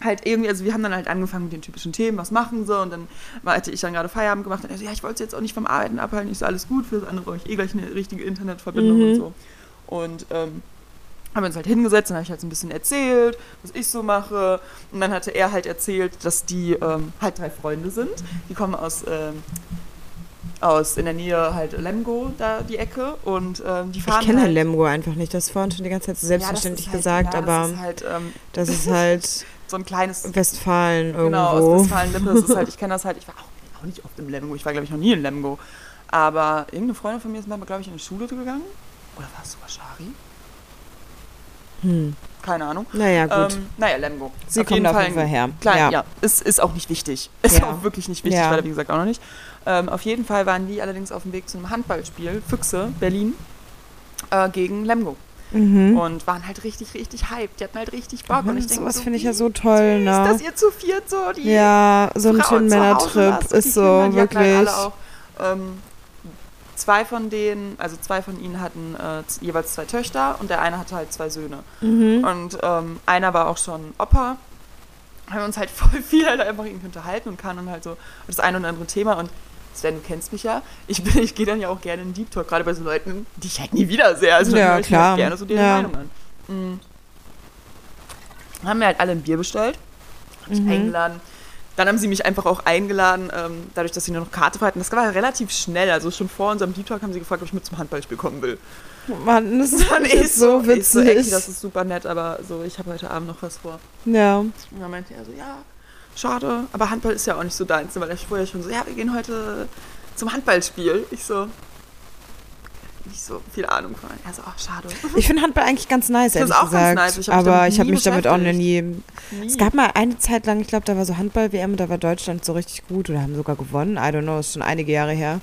Speaker 1: halt irgendwie, also wir haben dann halt angefangen mit den typischen Themen, was machen sie und dann war, hatte ich dann gerade Feierabend gemacht und er so, ja, ich wollte sie jetzt auch nicht vom Arbeiten abhalten, ich so, alles gut, für das andere brauche ich eh gleich eine richtige Internetverbindung
Speaker 2: Mhm.
Speaker 1: und so. Und ähm, haben wir uns halt hingesetzt, dann habe ich halt so ein bisschen erzählt, was ich so mache und dann hatte er halt erzählt, dass die ähm, halt drei Freunde sind, die kommen aus, ähm, aus in der Nähe halt Lemgo, da die Ecke und ähm, die fahren
Speaker 2: Ich kenne
Speaker 1: halt,
Speaker 2: Lemgo einfach nicht. Das vorhin schon die ganze Zeit so
Speaker 1: Ja, das ist
Speaker 2: selbstverständlich
Speaker 1: halt-
Speaker 2: gesagt,
Speaker 1: ja,
Speaker 2: aber
Speaker 1: Das ist halt ähm,
Speaker 2: das ist halt
Speaker 1: so ein kleines
Speaker 2: Westfalen irgendwo.
Speaker 1: Genau, aus Westfalen-Lippe. Das ist halt, ich kenne das halt, ich war auch, auch nicht oft im Lemgo. Ich war, glaube ich, noch nie in Lemgo. Aber irgendeine Freundin von mir ist mal, glaube ich, in eine Schule gegangen. Oder war es sogar Shari?
Speaker 2: Hm.
Speaker 1: Keine Ahnung.
Speaker 2: Naja, gut.
Speaker 1: Ähm, naja, Lemgo.
Speaker 2: Sie kommen da auf jeden Fall her.
Speaker 1: Klein, ja.
Speaker 2: ja.
Speaker 1: Ist, ist auch nicht wichtig. Ist
Speaker 2: Ja.
Speaker 1: auch wirklich nicht wichtig,
Speaker 2: Ja.
Speaker 1: weil wie gesagt auch noch nicht. Ähm, auf jeden Fall waren die allerdings auf dem Weg zu einem Handballspiel, Füchse, Berlin, äh, gegen Lemgo.
Speaker 2: Mhm.
Speaker 1: Und waren halt richtig, richtig hyped. Die hatten halt richtig Bock. Und ich denke,
Speaker 2: Hm, sowas
Speaker 1: so,
Speaker 2: finde ich ja
Speaker 1: wie
Speaker 2: so toll,
Speaker 1: süß,
Speaker 2: ne?
Speaker 1: dass ihr zu viert so die
Speaker 2: Ja, so ein
Speaker 1: Frauen zu Hause
Speaker 2: Tin-Männer-Trip
Speaker 1: lasst und die
Speaker 2: ist so
Speaker 1: Kinder, die hatten halt
Speaker 2: wirklich.
Speaker 1: Alle auch, ähm, zwei von denen, also zwei von ihnen hatten äh, z- jeweils zwei Töchter und der eine hatte halt zwei Söhne.
Speaker 2: Mhm.
Speaker 1: Und ähm, einer war auch schon Opa. Haben wir uns halt voll viel halt einfach irgendwie unterhalten und kamen dann halt so das eine und andere Thema und Sven, du kennst mich ja. Ich, bin- ich gehe dann ja auch gerne in Deep Talk, gerade bei so Leuten, die ich halt nie wiedersehe. Also dann
Speaker 2: Ja,
Speaker 1: höre ich mir
Speaker 2: klar.
Speaker 1: Halt gerne so deren
Speaker 2: Ja.
Speaker 1: Meinung an. Mhm. Haben wir halt alle ein Bier bestellt mich
Speaker 2: Mhm.
Speaker 1: eingeladen. Dann haben sie mich einfach auch eingeladen, ähm, dadurch, dass sie nur noch Karte hatten. Das war relativ schnell. Also schon vor unserem Deep Talk haben sie gefragt, ob ich mit zum Handballspiel kommen will.
Speaker 2: Mann, das ist,
Speaker 1: Dann
Speaker 2: das ist so
Speaker 1: ich so,
Speaker 2: witzig.
Speaker 1: "Ecki, das ist Mhm. super nett, aber so, ich habe heute Abend noch was vor.
Speaker 2: ja.
Speaker 1: Und dann meinte er so, ja, schade, aber Handball ist ja auch nicht so deins, weil er vorher schon so, ja, wir gehen heute zum Handballspiel. Ich so, nicht so viel Ahnung von. Er so, ach, schade.
Speaker 2: Ich finde Handball eigentlich ganz nice,
Speaker 1: Ich find's
Speaker 2: ehrlich
Speaker 1: auch ganz
Speaker 2: gesagt.
Speaker 1: nice. Ich hab mich
Speaker 2: aber
Speaker 1: damit
Speaker 2: ich habe
Speaker 1: nie
Speaker 2: mich damit auch noch nie.
Speaker 1: Nie.
Speaker 2: Es gab mal eine Zeit lang, ich glaube, da war so Handball-WM und da war Deutschland so richtig gut oder haben sogar gewonnen. I don't know, ist schon einige Jahre her.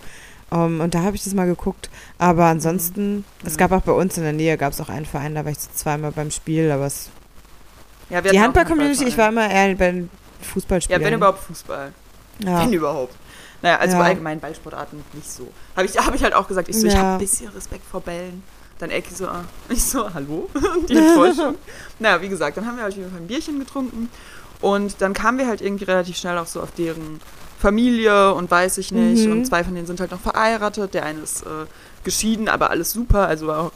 Speaker 2: Ähm, und da habe ich das mal geguckt. Aber
Speaker 1: Mhm.
Speaker 2: ansonsten, es gab auch bei uns in der Nähe, gab es auch einen Verein, da war ich so zweimal beim Spiel. Aber es,
Speaker 1: ja, wir hatten auch
Speaker 2: die
Speaker 1: einen
Speaker 2: Handball-Community, ich war
Speaker 1: Handballverein.
Speaker 2: immer eher bei den Fußballspielen.
Speaker 1: Ja, wenn überhaupt Fußball.
Speaker 2: Ja.
Speaker 1: Wenn überhaupt. Naja, also
Speaker 2: Ja.
Speaker 1: allgemein Ballsportarten nicht so. Habe ich, hab ich halt auch gesagt, ich so, ich
Speaker 2: Ja.
Speaker 1: habe ein bisschen Respekt vor Bällen. Dann Ecki so, ah. ich so, hallo? Die Enttäuschung. naja, wie gesagt, dann haben wir halt auf jeden Fall ein Bierchen getrunken. Und dann kamen wir halt irgendwie relativ schnell auch so auf deren Familie und weiß ich nicht.
Speaker 2: Mhm.
Speaker 1: Und zwei von denen sind halt noch verheiratet. Der eine ist äh, geschieden, aber alles super. Also war auch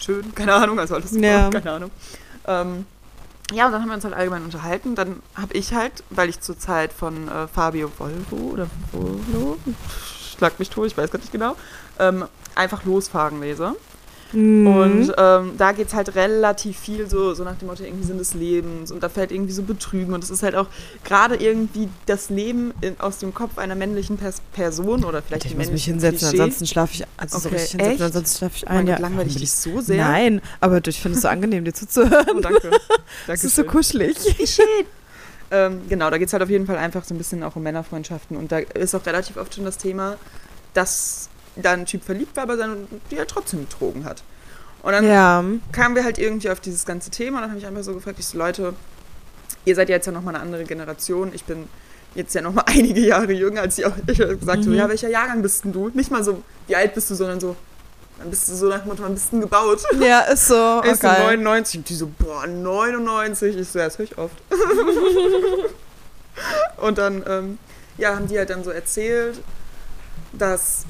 Speaker 1: schön, keine Ahnung, also alles super,
Speaker 2: Ja.
Speaker 1: keine Ahnung. Ähm, ja, und dann haben wir uns halt allgemein unterhalten. Dann habe ich halt, weil ich zur Zeit von äh, Fabio Volvo oder Volo, schlag mich tot, ich weiß gar nicht genau, ähm, einfach losfahren lese.
Speaker 2: Mhm.
Speaker 1: Und ähm, da geht es halt relativ viel so, so nach dem Motto, irgendwie Sinn des Lebens und da fällt irgendwie so Betrügen und es ist halt auch gerade irgendwie das Leben in, aus dem Kopf einer männlichen Pers Person oder vielleicht
Speaker 2: ich
Speaker 1: ein
Speaker 2: muss
Speaker 1: männliches
Speaker 2: mich hinsetzen,
Speaker 1: Klischee.
Speaker 2: ansonsten schlafe ich. Also so
Speaker 1: Okay,
Speaker 2: richtig hinsetzen,
Speaker 1: echt?
Speaker 2: ansonsten schlafe ich
Speaker 1: Oh mein
Speaker 2: ein.
Speaker 1: Gott,
Speaker 2: Ja,
Speaker 1: langweilig
Speaker 2: bin
Speaker 1: dich
Speaker 2: ich-
Speaker 1: so sehr.
Speaker 2: Nein, aber du, ich finde es so angenehm, dir zuzuhören.
Speaker 1: Oh, danke.
Speaker 2: Es ist so
Speaker 1: Dankeschön.
Speaker 2: kuschelig.
Speaker 1: Ähm, genau, da geht es halt auf jeden Fall einfach so ein bisschen auch um Männerfreundschaften. Und da ist auch relativ oft schon das Thema, dass da ein Typ verliebt war, aber dann, die er trotzdem betrogen hat. Und dann
Speaker 2: Ja.
Speaker 1: kamen wir halt irgendwie auf dieses ganze Thema und dann habe ich einfach so gefragt, ich so, Leute, ihr seid ja jetzt ja nochmal eine andere Generation. Ich bin jetzt ja nochmal einige Jahre jünger, als ich auch ich hab gesagt habe,
Speaker 2: Mhm.
Speaker 1: ja, welcher Jahrgang bist denn du? Nicht mal so, wie alt bist du, sondern so, wann bist du so nach dem Motto, wann bist du denn gebaut?
Speaker 2: Ja, ist so. oh
Speaker 1: Ich so
Speaker 2: Okay.
Speaker 1: 99. Und die so, boah, 99. Ich so, ja, das höre ich oft. und dann, ähm, ja, haben die halt dann so erzählt, dass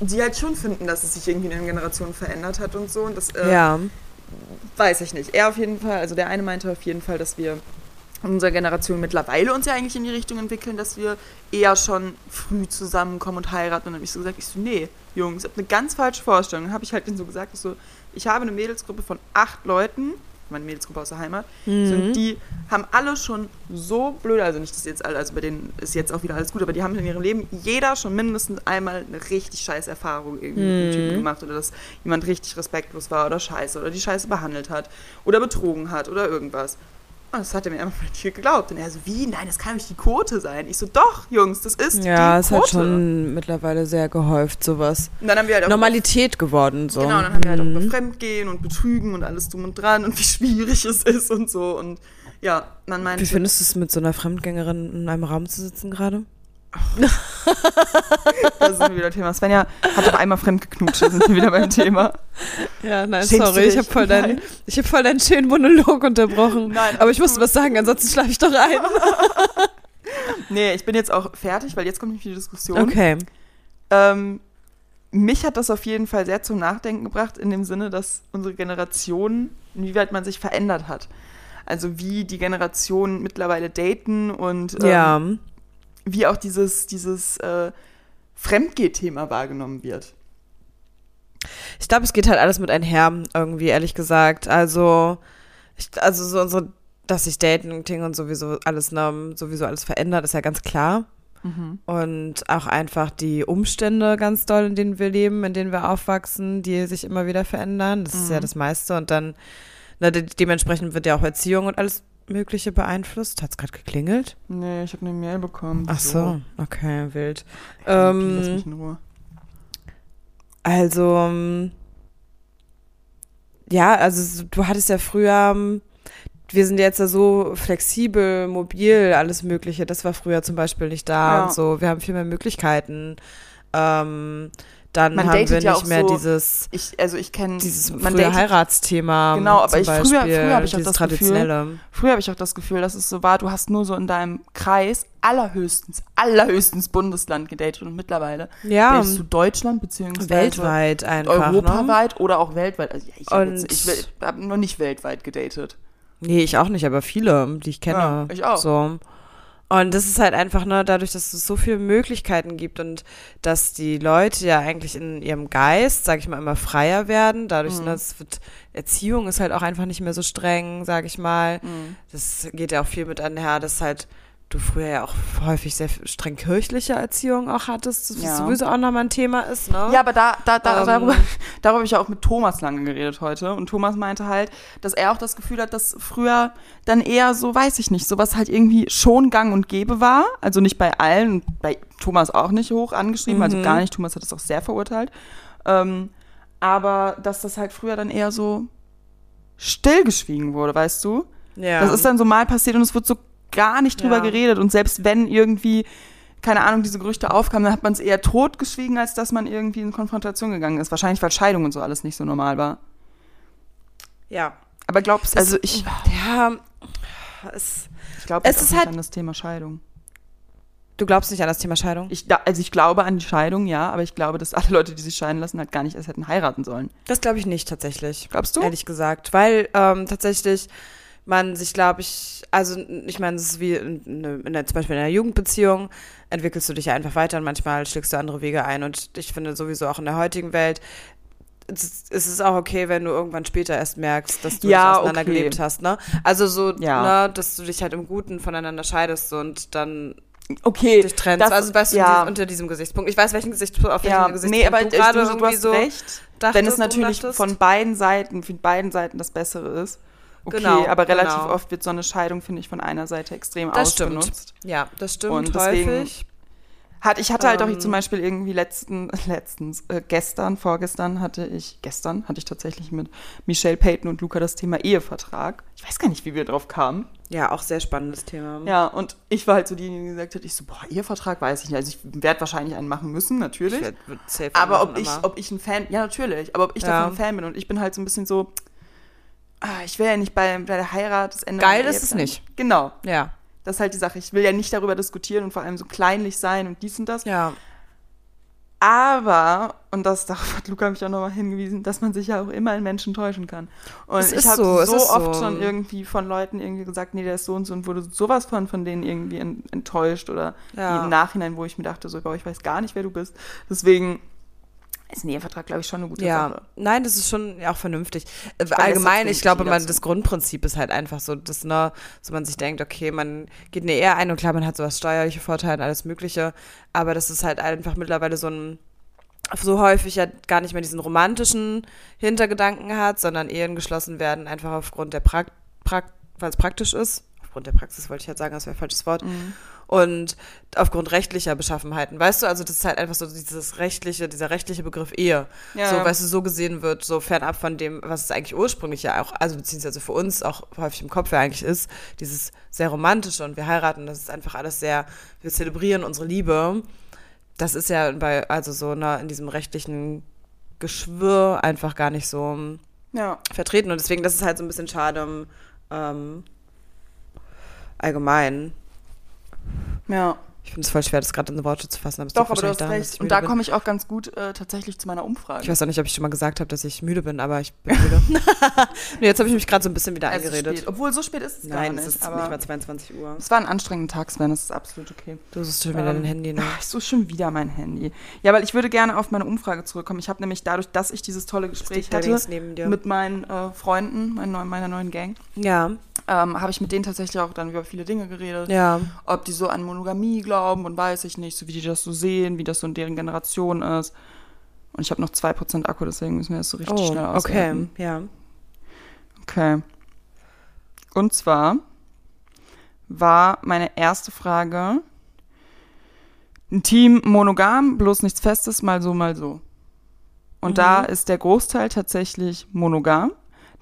Speaker 1: die halt schon finden, dass es sich irgendwie in den Generationen verändert hat und so. Und das äh,
Speaker 2: Ja.
Speaker 1: weiß ich nicht. Er auf jeden Fall, also der eine meinte auf jeden Fall, dass wir in unserer Generation mittlerweile uns ja eigentlich in die Richtung entwickeln, dass wir eher schon früh zusammenkommen und heiraten. Und dann habe ich so gesagt, ich so, nee, Jungs, ich habe eine ganz falsche Vorstellung. Dann habe ich halt denen so gesagt, ich so, ich habe eine Mädelsgruppe von acht Leuten, meine Mädelsgruppe aus der Heimat, so, und die haben alle schon so blöde, also nicht, dass jetzt alle, also bei denen ist jetzt auch wieder alles gut, aber die haben in ihrem Leben jeder schon mindestens einmal eine richtig scheiß Erfahrung irgendwie mit einem Typen
Speaker 2: Mhm.
Speaker 1: gemacht oder dass jemand richtig respektlos war oder scheiße oder die scheiße behandelt hat oder betrogen hat oder irgendwas. Und Ah, das hat er mir einfach nicht geglaubt. Und er so, wie? Nein, das kann doch nicht die Quote sein. Ich so, doch, Jungs, das ist
Speaker 2: Ja,
Speaker 1: die
Speaker 2: es
Speaker 1: Quote.
Speaker 2: hat schon mittlerweile sehr gehäuft, sowas.
Speaker 1: Und dann haben wir halt auch
Speaker 2: Normalität geworden, so. Mhm.
Speaker 1: Genau, dann haben wir halt auch über Fremdgehen und Betrügen und alles drum und dran und wie schwierig es ist und so. Und ja, dann meinte
Speaker 2: Wie findest du es, mit so einer Fremdgängerin in einem Raum zu sitzen gerade?
Speaker 1: da sind wir wieder Thema. Svenja hat doch einmal fremdgeknutscht, da sind wir wieder beim Thema.
Speaker 2: Ja, nein,
Speaker 1: Schämst
Speaker 2: sorry,
Speaker 1: du
Speaker 2: ich
Speaker 1: dich?
Speaker 2: habe voll, deinen- ich hab voll deinen schönen Monolog unterbrochen.
Speaker 1: Nein, alles
Speaker 2: aber ich musste was sagen, ansonsten schlafe ich doch ein.
Speaker 1: Nee, ich bin jetzt auch fertig, weil jetzt kommt nämlich die Diskussion.
Speaker 2: Okay.
Speaker 1: Ähm, mich hat das auf jeden Fall sehr zum Nachdenken gebracht, in dem Sinne, dass unsere Generation, inwieweit man sich verändert hat. Also wie die Generationen mittlerweile daten und ähm,
Speaker 2: Ja.
Speaker 1: wie auch dieses, dieses äh, Fremdgeh-Thema wahrgenommen wird.
Speaker 2: Ich glaube, es geht halt alles mit einher, irgendwie, ehrlich gesagt. Also, ich, also so unsere, dass sich Dating und sowieso alles, ne, sowieso alles verändert, ist ja ganz klar. Mhm. Und auch einfach die Umstände ganz doll, in denen wir leben, in denen wir aufwachsen, die sich immer wieder verändern. Das ist ja das meiste. Und dann, na, de dementsprechend wird ja auch Erziehung und alles Mögliche beeinflusst. Hat's gerade geklingelt?
Speaker 1: Nee, ich habe eine Mail bekommen.
Speaker 2: Ach so, okay, wild.
Speaker 1: lass
Speaker 2: Ähm,
Speaker 1: mich in Ruhe.
Speaker 2: Also, ähm, ja, also s- du hattest ja früher, ähm, wir sind jetzt ja so flexibel, mobil, alles Mögliche. Das war früher zum Beispiel nicht da
Speaker 1: Ja.
Speaker 2: und so. Wir haben viel mehr Möglichkeiten. Ähm, dann
Speaker 1: Man
Speaker 2: haben
Speaker 1: datet
Speaker 2: wir nicht
Speaker 1: ja auch
Speaker 2: mehr
Speaker 1: so
Speaker 2: dieses,
Speaker 1: Ich, also ich kenne
Speaker 2: dieses frühe Heiratsthema.
Speaker 1: Genau, aber
Speaker 2: zum
Speaker 1: ich- früher-
Speaker 2: Beispiel,
Speaker 1: früher habe ich auch
Speaker 2: dieses
Speaker 1: das Gefühl-
Speaker 2: traditionelle.
Speaker 1: Früher habe ich auch das Gefühl, dass es so war, du hast nur so in deinem Kreis allerhöchstens, allerhöchstens Bundesland gedatet und mittlerweile
Speaker 2: Ja,
Speaker 1: datest du Deutschland beziehungsweise
Speaker 2: Ähm, weltweit einfach. Ne?
Speaker 1: europaweit oder auch weltweit. Also ja, ich habe
Speaker 2: Und-
Speaker 1: hab noch nicht weltweit gedatet.
Speaker 2: Nee, ich auch nicht, aber viele, die ich kenne.
Speaker 1: Ja, ich auch.
Speaker 2: So. Und das ist halt einfach, ne, dadurch, dass es so viele Möglichkeiten gibt und dass die Leute ja eigentlich in ihrem Geist, sag ich mal, immer freier werden.
Speaker 1: Mhm.
Speaker 2: Dadurch, ne, es wird, Erziehung ist halt auch einfach nicht mehr so streng, sag ich mal.
Speaker 1: Mhm.
Speaker 2: Das geht ja auch viel mit einher, dass halt du früher ja auch häufig sehr streng kirchliche Erziehung auch hattest, das
Speaker 1: Ja.
Speaker 2: sowieso auch nochmal ein Thema ist, ne?
Speaker 1: Ja, aber da, da, da,
Speaker 2: Ähm.
Speaker 1: darüber, darüber habe ich ja auch mit Thomas lange geredet heute. Und Thomas meinte halt, dass er auch das Gefühl hat, dass früher dann eher so, weiß ich nicht, sowas halt irgendwie schon gang und gäbe war. Also nicht bei allen, und bei Thomas auch nicht hoch angeschrieben,
Speaker 2: Mhm.
Speaker 1: also gar nicht. Thomas hat das auch sehr verurteilt. Ähm, aber dass das halt früher dann eher so stillgeschwiegen wurde, weißt du?
Speaker 2: ja.
Speaker 1: Das ist dann so mal passiert und es wird so gar nicht drüber
Speaker 2: Ja.
Speaker 1: geredet. Und selbst wenn irgendwie, keine Ahnung, diese Gerüchte aufkamen, dann hat man es eher totgeschwiegen, als dass man irgendwie in Konfrontation gegangen ist. Wahrscheinlich, weil Scheidung und so alles nicht so normal war.
Speaker 2: ja.
Speaker 1: Aber glaubst du, also ich,
Speaker 2: Ja, es,
Speaker 1: ich glaube
Speaker 2: Es
Speaker 1: jetzt auch
Speaker 2: ist
Speaker 1: nicht
Speaker 2: halt-
Speaker 1: an das Thema Scheidung.
Speaker 2: du glaubst nicht an das Thema Scheidung?
Speaker 1: Ich, da- also ich glaube an die Scheidung, ja, aber ich glaube, dass alle Leute, die sich scheiden lassen, halt gar nicht erst hätten heiraten sollen.
Speaker 2: Das glaube ich nicht tatsächlich.
Speaker 1: Glaubst du?
Speaker 2: Ehrlich gesagt. Weil ähm, tatsächlich man sich, glaube ich, also ich meine, es ist wie in, in, in, der- zum Beispiel in einer Jugendbeziehung, entwickelst du dich ja einfach weiter und manchmal schlägst du andere Wege ein. Und ich finde sowieso auch in der heutigen Welt, es ist- es ist auch okay, wenn du irgendwann später erst merkst, dass du
Speaker 1: Ja,
Speaker 2: dich auseinandergelebt
Speaker 1: okay.
Speaker 2: hast, ne? Also so,
Speaker 1: Ja.
Speaker 2: ne, dass du dich halt im Guten voneinander scheidest und dann
Speaker 1: Okay.
Speaker 2: dich trennst.
Speaker 1: das-
Speaker 2: also weißt du,
Speaker 1: ja.
Speaker 2: dies- unter diesem Gesichtspunkt. Ich weiß, welchen Gesichtspunkt, auf welchen
Speaker 1: Ja,
Speaker 2: Gesichtspunkt
Speaker 1: nee, aber äh,
Speaker 2: du
Speaker 1: du,
Speaker 2: gerade
Speaker 1: du,
Speaker 2: irgendwie
Speaker 1: hast
Speaker 2: so
Speaker 1: recht. wenn
Speaker 2: dachtest,
Speaker 1: es natürlich
Speaker 2: umdachtest.
Speaker 1: von beiden Seiten, von beiden Seiten das Bessere ist. Okay,
Speaker 2: Genau,
Speaker 1: aber relativ
Speaker 2: genau.
Speaker 1: oft wird so eine Scheidung, finde ich, von einer Seite extrem
Speaker 2: Das stimmt.
Speaker 1: ausgenutzt.
Speaker 2: Ja, das stimmt
Speaker 1: Und deswegen-
Speaker 2: häufig.
Speaker 1: Hat, ich hatte halt auch
Speaker 2: Ähm.
Speaker 1: zum Beispiel irgendwie letzten, letztens, äh, gestern, vorgestern hatte ich, gestern hatte ich tatsächlich mit Michelle Payton und Luca das Thema Ehevertrag. Ich weiß gar nicht, wie wir drauf kamen.
Speaker 2: Ja, auch sehr spannendes Thema.
Speaker 1: Ja, und ich war halt so diejenige, die gesagt hat, ich so, boah, Ehevertrag weiß ich nicht. Also ich werde wahrscheinlich einen machen müssen, natürlich.
Speaker 2: Ich werd- wird safe
Speaker 1: Aber ob
Speaker 2: machen,
Speaker 1: ich,
Speaker 2: aber-
Speaker 1: ob ich ein Fan, ja natürlich, aber ob ich
Speaker 2: Ja.
Speaker 1: davon ein Fan bin und ich bin halt so ein bisschen so, ah, ich will ja nicht bei, bei der Heirat das Ende.
Speaker 2: Geil
Speaker 1: meiner
Speaker 2: ist
Speaker 1: Ehe
Speaker 2: es
Speaker 1: planen.
Speaker 2: nicht.
Speaker 1: Genau,
Speaker 2: Ja.
Speaker 1: das ist halt die Sache. Ich will ja nicht darüber diskutieren und vor allem so kleinlich sein und dies und das.
Speaker 2: Ja.
Speaker 1: Aber, und das darauf hat Luca mich auch nochmal hingewiesen, dass man sich ja auch immer in Menschen täuschen kann. Und
Speaker 2: Es
Speaker 1: ich
Speaker 2: ist
Speaker 1: habe
Speaker 2: so,
Speaker 1: so,
Speaker 2: es ist
Speaker 1: oft
Speaker 2: so.
Speaker 1: schon irgendwie von Leuten irgendwie gesagt, nee, der ist so und so und wurde sowas von von denen irgendwie en- enttäuscht oder
Speaker 2: Ja.
Speaker 1: im Nachhinein, wo ich mir dachte, so, boah, ich weiß gar nicht, wer du bist. Deswegen ist ein Ehevertrag, glaube ich, schon eine gute
Speaker 2: Ja.
Speaker 1: Sache.
Speaker 2: Nein, das ist schon auch vernünftig. Äh,
Speaker 1: lässt
Speaker 2: Allgemein,
Speaker 1: trotzdem
Speaker 2: ich glaube,
Speaker 1: viel
Speaker 2: man,
Speaker 1: dazu.
Speaker 2: das Grundprinzip ist halt einfach so, dass ne, so man sich denkt, okay, man geht eine Ehe ein und klar, man hat sowas steuerliche Vorteile und alles Mögliche, aber das ist halt einfach mittlerweile so ein so häufig ja gar nicht mehr diesen romantischen Hintergedanken hat, sondern Ehen geschlossen werden einfach aufgrund der Prakt, Prakt, weil es praktisch ist. Aufgrund der Praxis wollte ich halt sagen, das wäre ein falsches Wort. Mhm. Und aufgrund rechtlicher Beschaffenheiten. Weißt du, also das ist halt einfach so dieses rechtliche, dieser rechtliche Begriff Ehe. Ja. So, weißt du, so gesehen wird, so fernab von dem, was es eigentlich ursprünglich ja auch, also beziehungsweise für uns auch häufig im Kopf ja eigentlich ist, dieses sehr romantische und wir heiraten, das ist einfach alles sehr, wir zelebrieren unsere Liebe. Das ist ja bei, also so ne, in diesem rechtlichen Geschwür einfach gar nicht so ja. vertreten. Und deswegen, das ist halt so ein bisschen schade ähm, allgemein.
Speaker 1: Ja.
Speaker 2: Ich finde es voll schwer, das gerade in Worte zu fassen. Aber
Speaker 1: Doch, aber du hast daran, recht. Und da komme ich auch ganz gut äh, tatsächlich zu meiner Umfrage.
Speaker 2: Ich weiß auch nicht, ob ich schon mal gesagt habe, dass ich müde bin, aber ich bin müde. nee, jetzt habe ich mich gerade so ein bisschen wieder eingeredet.
Speaker 1: Also Obwohl, so spät ist es
Speaker 2: Nein,
Speaker 1: gar nicht.
Speaker 2: es ist nicht mal 22 Uhr.
Speaker 1: Es war ein anstrengender Tag, Sven. Das ist absolut okay.
Speaker 2: Du suchst schon wieder ähm, dein Handy, ne?
Speaker 1: Ach, ich suche schon wieder mein Handy. Ja, weil ich würde gerne auf meine Umfrage zurückkommen. Ich habe nämlich dadurch, dass ich dieses tolle Gespräch hatte mit meinen äh, Freunden, meinen neuen, meiner neuen Gang,
Speaker 2: ja.
Speaker 1: ähm, habe ich mit denen tatsächlich auch dann über viele Dinge geredet.
Speaker 2: Ja.
Speaker 1: Ob die so an Monogamie glauben und weiß ich nicht, so wie die das so sehen, wie das so in deren Generation ist. Und ich habe noch 2% Akku, deswegen müssen wir das so richtig oh, schnell auswerten. Ähm,
Speaker 2: Okay, ja.
Speaker 1: Okay. Und zwar war meine erste Frage ein Team monogam, bloß nichts Festes, mal so, mal so. Und mhm. da ist der Großteil tatsächlich monogam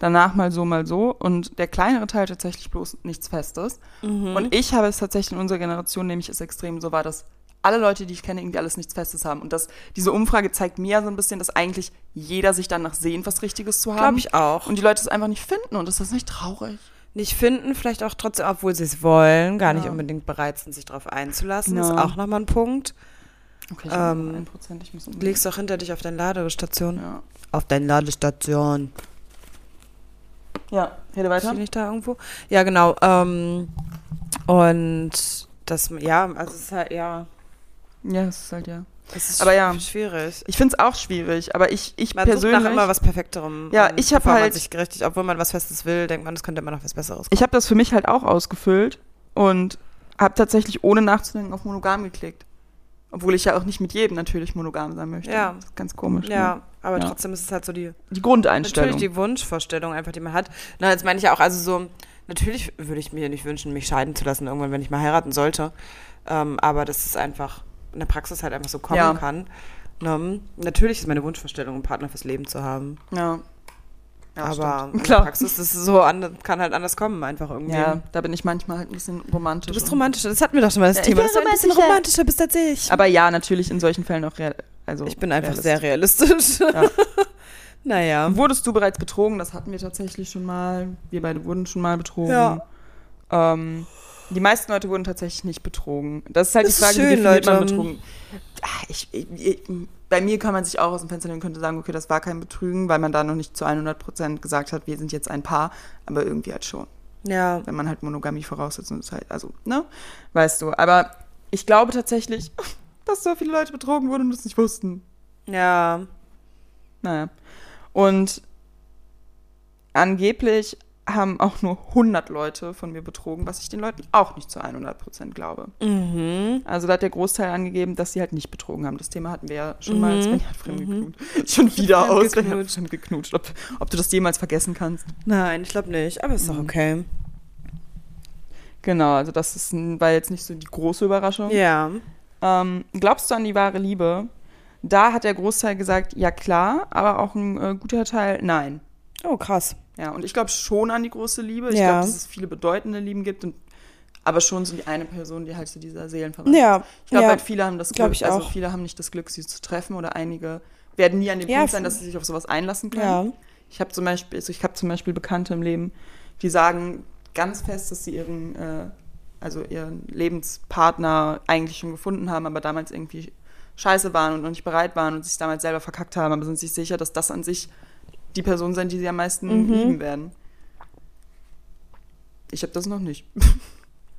Speaker 1: danach mal so, mal so und der kleinere Teil tatsächlich bloß nichts Festes. Mhm. Und ich habe es tatsächlich in unserer Generation, nämlich es extrem so war, dass alle Leute, die ich kenne, irgendwie alles nichts Festes haben. Und das, diese Umfrage zeigt mir so ein bisschen, dass eigentlich jeder sich danach sehnt, was Richtiges zu haben.
Speaker 2: Glaube ich auch.
Speaker 1: Und die Leute es einfach nicht finden und ist das nicht traurig?
Speaker 2: Nicht finden, vielleicht auch trotzdem, obwohl sie es wollen, gar ja. nicht unbedingt bereit sind, sich darauf einzulassen, ja. ist auch nochmal ein Punkt.
Speaker 1: Okay, ich ähm, 1%, ich muss unbedingt.
Speaker 2: Legst doch hinter dich auf deine Ladestation.
Speaker 1: Ja.
Speaker 2: Auf deine Ladestation.
Speaker 1: Ja, rede weiter.
Speaker 2: Bin ich da irgendwo? Ja, genau. Ähm, und das, ja, also es ist halt, ja.
Speaker 1: Ja, es ist halt, ja.
Speaker 2: Das ist
Speaker 1: aber ja,
Speaker 2: schwierig.
Speaker 1: Ich finde es auch schwierig, aber ich, ich
Speaker 2: man
Speaker 1: persönlich.
Speaker 2: Sucht nach immer was Perfekterem.
Speaker 1: Ja, ich habe halt.
Speaker 2: Man sich richtig, obwohl man was Festes will, denkt man, es könnte immer noch was Besseres kommen.
Speaker 1: Ich habe das für mich halt auch ausgefüllt und habe tatsächlich ohne nachzudenken auf monogam geklickt. Obwohl ich ja auch nicht mit jedem natürlich monogam sein möchte.
Speaker 2: Ja.
Speaker 1: Das ist ganz komisch.
Speaker 2: Ja,
Speaker 1: ne?
Speaker 2: aber
Speaker 1: Ja.
Speaker 2: trotzdem ist es halt so die,
Speaker 1: Die Grundeinstellung.
Speaker 2: natürlich die Wunschvorstellung einfach, die man hat. Na, jetzt meine ich ja auch, also so, natürlich würde ich mir nicht wünschen, mich scheiden zu lassen irgendwann, wenn ich mal heiraten sollte. Ähm, aber dass es einfach in der Praxis halt einfach so kommen
Speaker 1: Ja.
Speaker 2: kann. Ne? natürlich ist meine Wunschvorstellung, einen Partner fürs Leben zu haben.
Speaker 1: ja. Ja,
Speaker 2: aber
Speaker 1: stimmt.
Speaker 2: in
Speaker 1: Klar.
Speaker 2: der Praxis ist es so, an, kann halt anders kommen, einfach irgendwie.
Speaker 1: Ja, da bin ich manchmal halt ein bisschen romantisch.
Speaker 2: Du bist
Speaker 1: und-
Speaker 2: romantisch, das hatten wir doch schon mal das
Speaker 1: Ja, ich
Speaker 2: Thema.
Speaker 1: bin
Speaker 2: Dass du ein bisschen
Speaker 1: romantischer.
Speaker 2: romantischer bist als ich.
Speaker 1: Aber ja, natürlich in solchen Fällen auch real. Also
Speaker 2: ich bin einfach
Speaker 1: realist.
Speaker 2: sehr realistisch.
Speaker 1: Ja.
Speaker 2: naja.
Speaker 1: Wurdest du bereits betrogen? Das hatten wir tatsächlich schon mal. Wir beide wurden schon mal betrogen.
Speaker 2: Ja.
Speaker 1: Ähm, die meisten Leute wurden tatsächlich nicht betrogen. Das ist halt
Speaker 2: Das
Speaker 1: die
Speaker 2: ist
Speaker 1: Frage, wie
Speaker 2: schön,
Speaker 1: definiert man
Speaker 2: Leute.
Speaker 1: betrogen. Ah, Ich, ich, ich, bei mir kann man sich auch aus dem Fenster nehmen und könnte sagen, okay, das war kein Betrügen, weil man da noch nicht zu 100 Prozent gesagt hat, wir sind jetzt ein Paar, aber irgendwie halt schon.
Speaker 2: Ja.
Speaker 1: Wenn man halt Monogamie voraussetzt und es halt, also, ne? Weißt du. Aber ich glaube tatsächlich, dass so viele Leute betrogen wurden und das nicht wussten.
Speaker 2: Ja.
Speaker 1: Naja. Und angeblich haben auch nur 100 Leute von mir betrogen, was ich den Leuten auch nicht zu 100 Prozent glaube.
Speaker 2: Mhm.
Speaker 1: Also da hat der Großteil angegeben, dass sie halt nicht betrogen haben. Das Thema hatten wir ja schon mal,
Speaker 2: Mhm.
Speaker 1: Svenja hat fremdgeknutscht. Schon wieder aus, Svenja hat
Speaker 2: Fremdgeknutscht.
Speaker 1: fremdgeknutscht. Ob, ob du das jemals vergessen kannst.
Speaker 2: Nein, ich glaube nicht, aber ist doch
Speaker 1: Mhm.
Speaker 2: okay.
Speaker 1: Genau, also das ist, ein- war jetzt nicht so die große Überraschung.
Speaker 2: Ja.
Speaker 1: Ähm, glaubst du an die wahre Liebe? Da hat der Großteil gesagt, ja klar, aber auch ein äh, guter Teil, nein.
Speaker 2: Oh, krass.
Speaker 1: Ja, und ich glaube schon an die große Liebe. Ich
Speaker 2: Ja.
Speaker 1: glaube, dass es viele bedeutende Lieben gibt, und, aber schon so die eine Person, die halt zu dieser Seelenverwandtschaft.
Speaker 2: Ja.
Speaker 1: Ich glaube
Speaker 2: ja.
Speaker 1: halt, viele haben das
Speaker 2: Glaub
Speaker 1: Glück,
Speaker 2: ich
Speaker 1: also
Speaker 2: auch.
Speaker 1: viele haben nicht das Glück, sie zu treffen oder einige werden nie an dem
Speaker 2: Ja,
Speaker 1: Punkt sein,
Speaker 2: f-
Speaker 1: dass sie sich auf sowas einlassen können.
Speaker 2: ja.
Speaker 1: Ich habe zum Beispiel, also ich habe zum Beispiel Bekannte im Leben, die sagen ganz fest, dass sie ihren, äh, also ihren Lebenspartner eigentlich schon gefunden haben, aber damals irgendwie scheiße waren und noch nicht bereit waren und sich damals selber verkackt haben, aber sind sich sicher, dass das an sich die Person sein, die sie am meisten
Speaker 2: Mhm.
Speaker 1: lieben werden. Ich habe das noch nicht.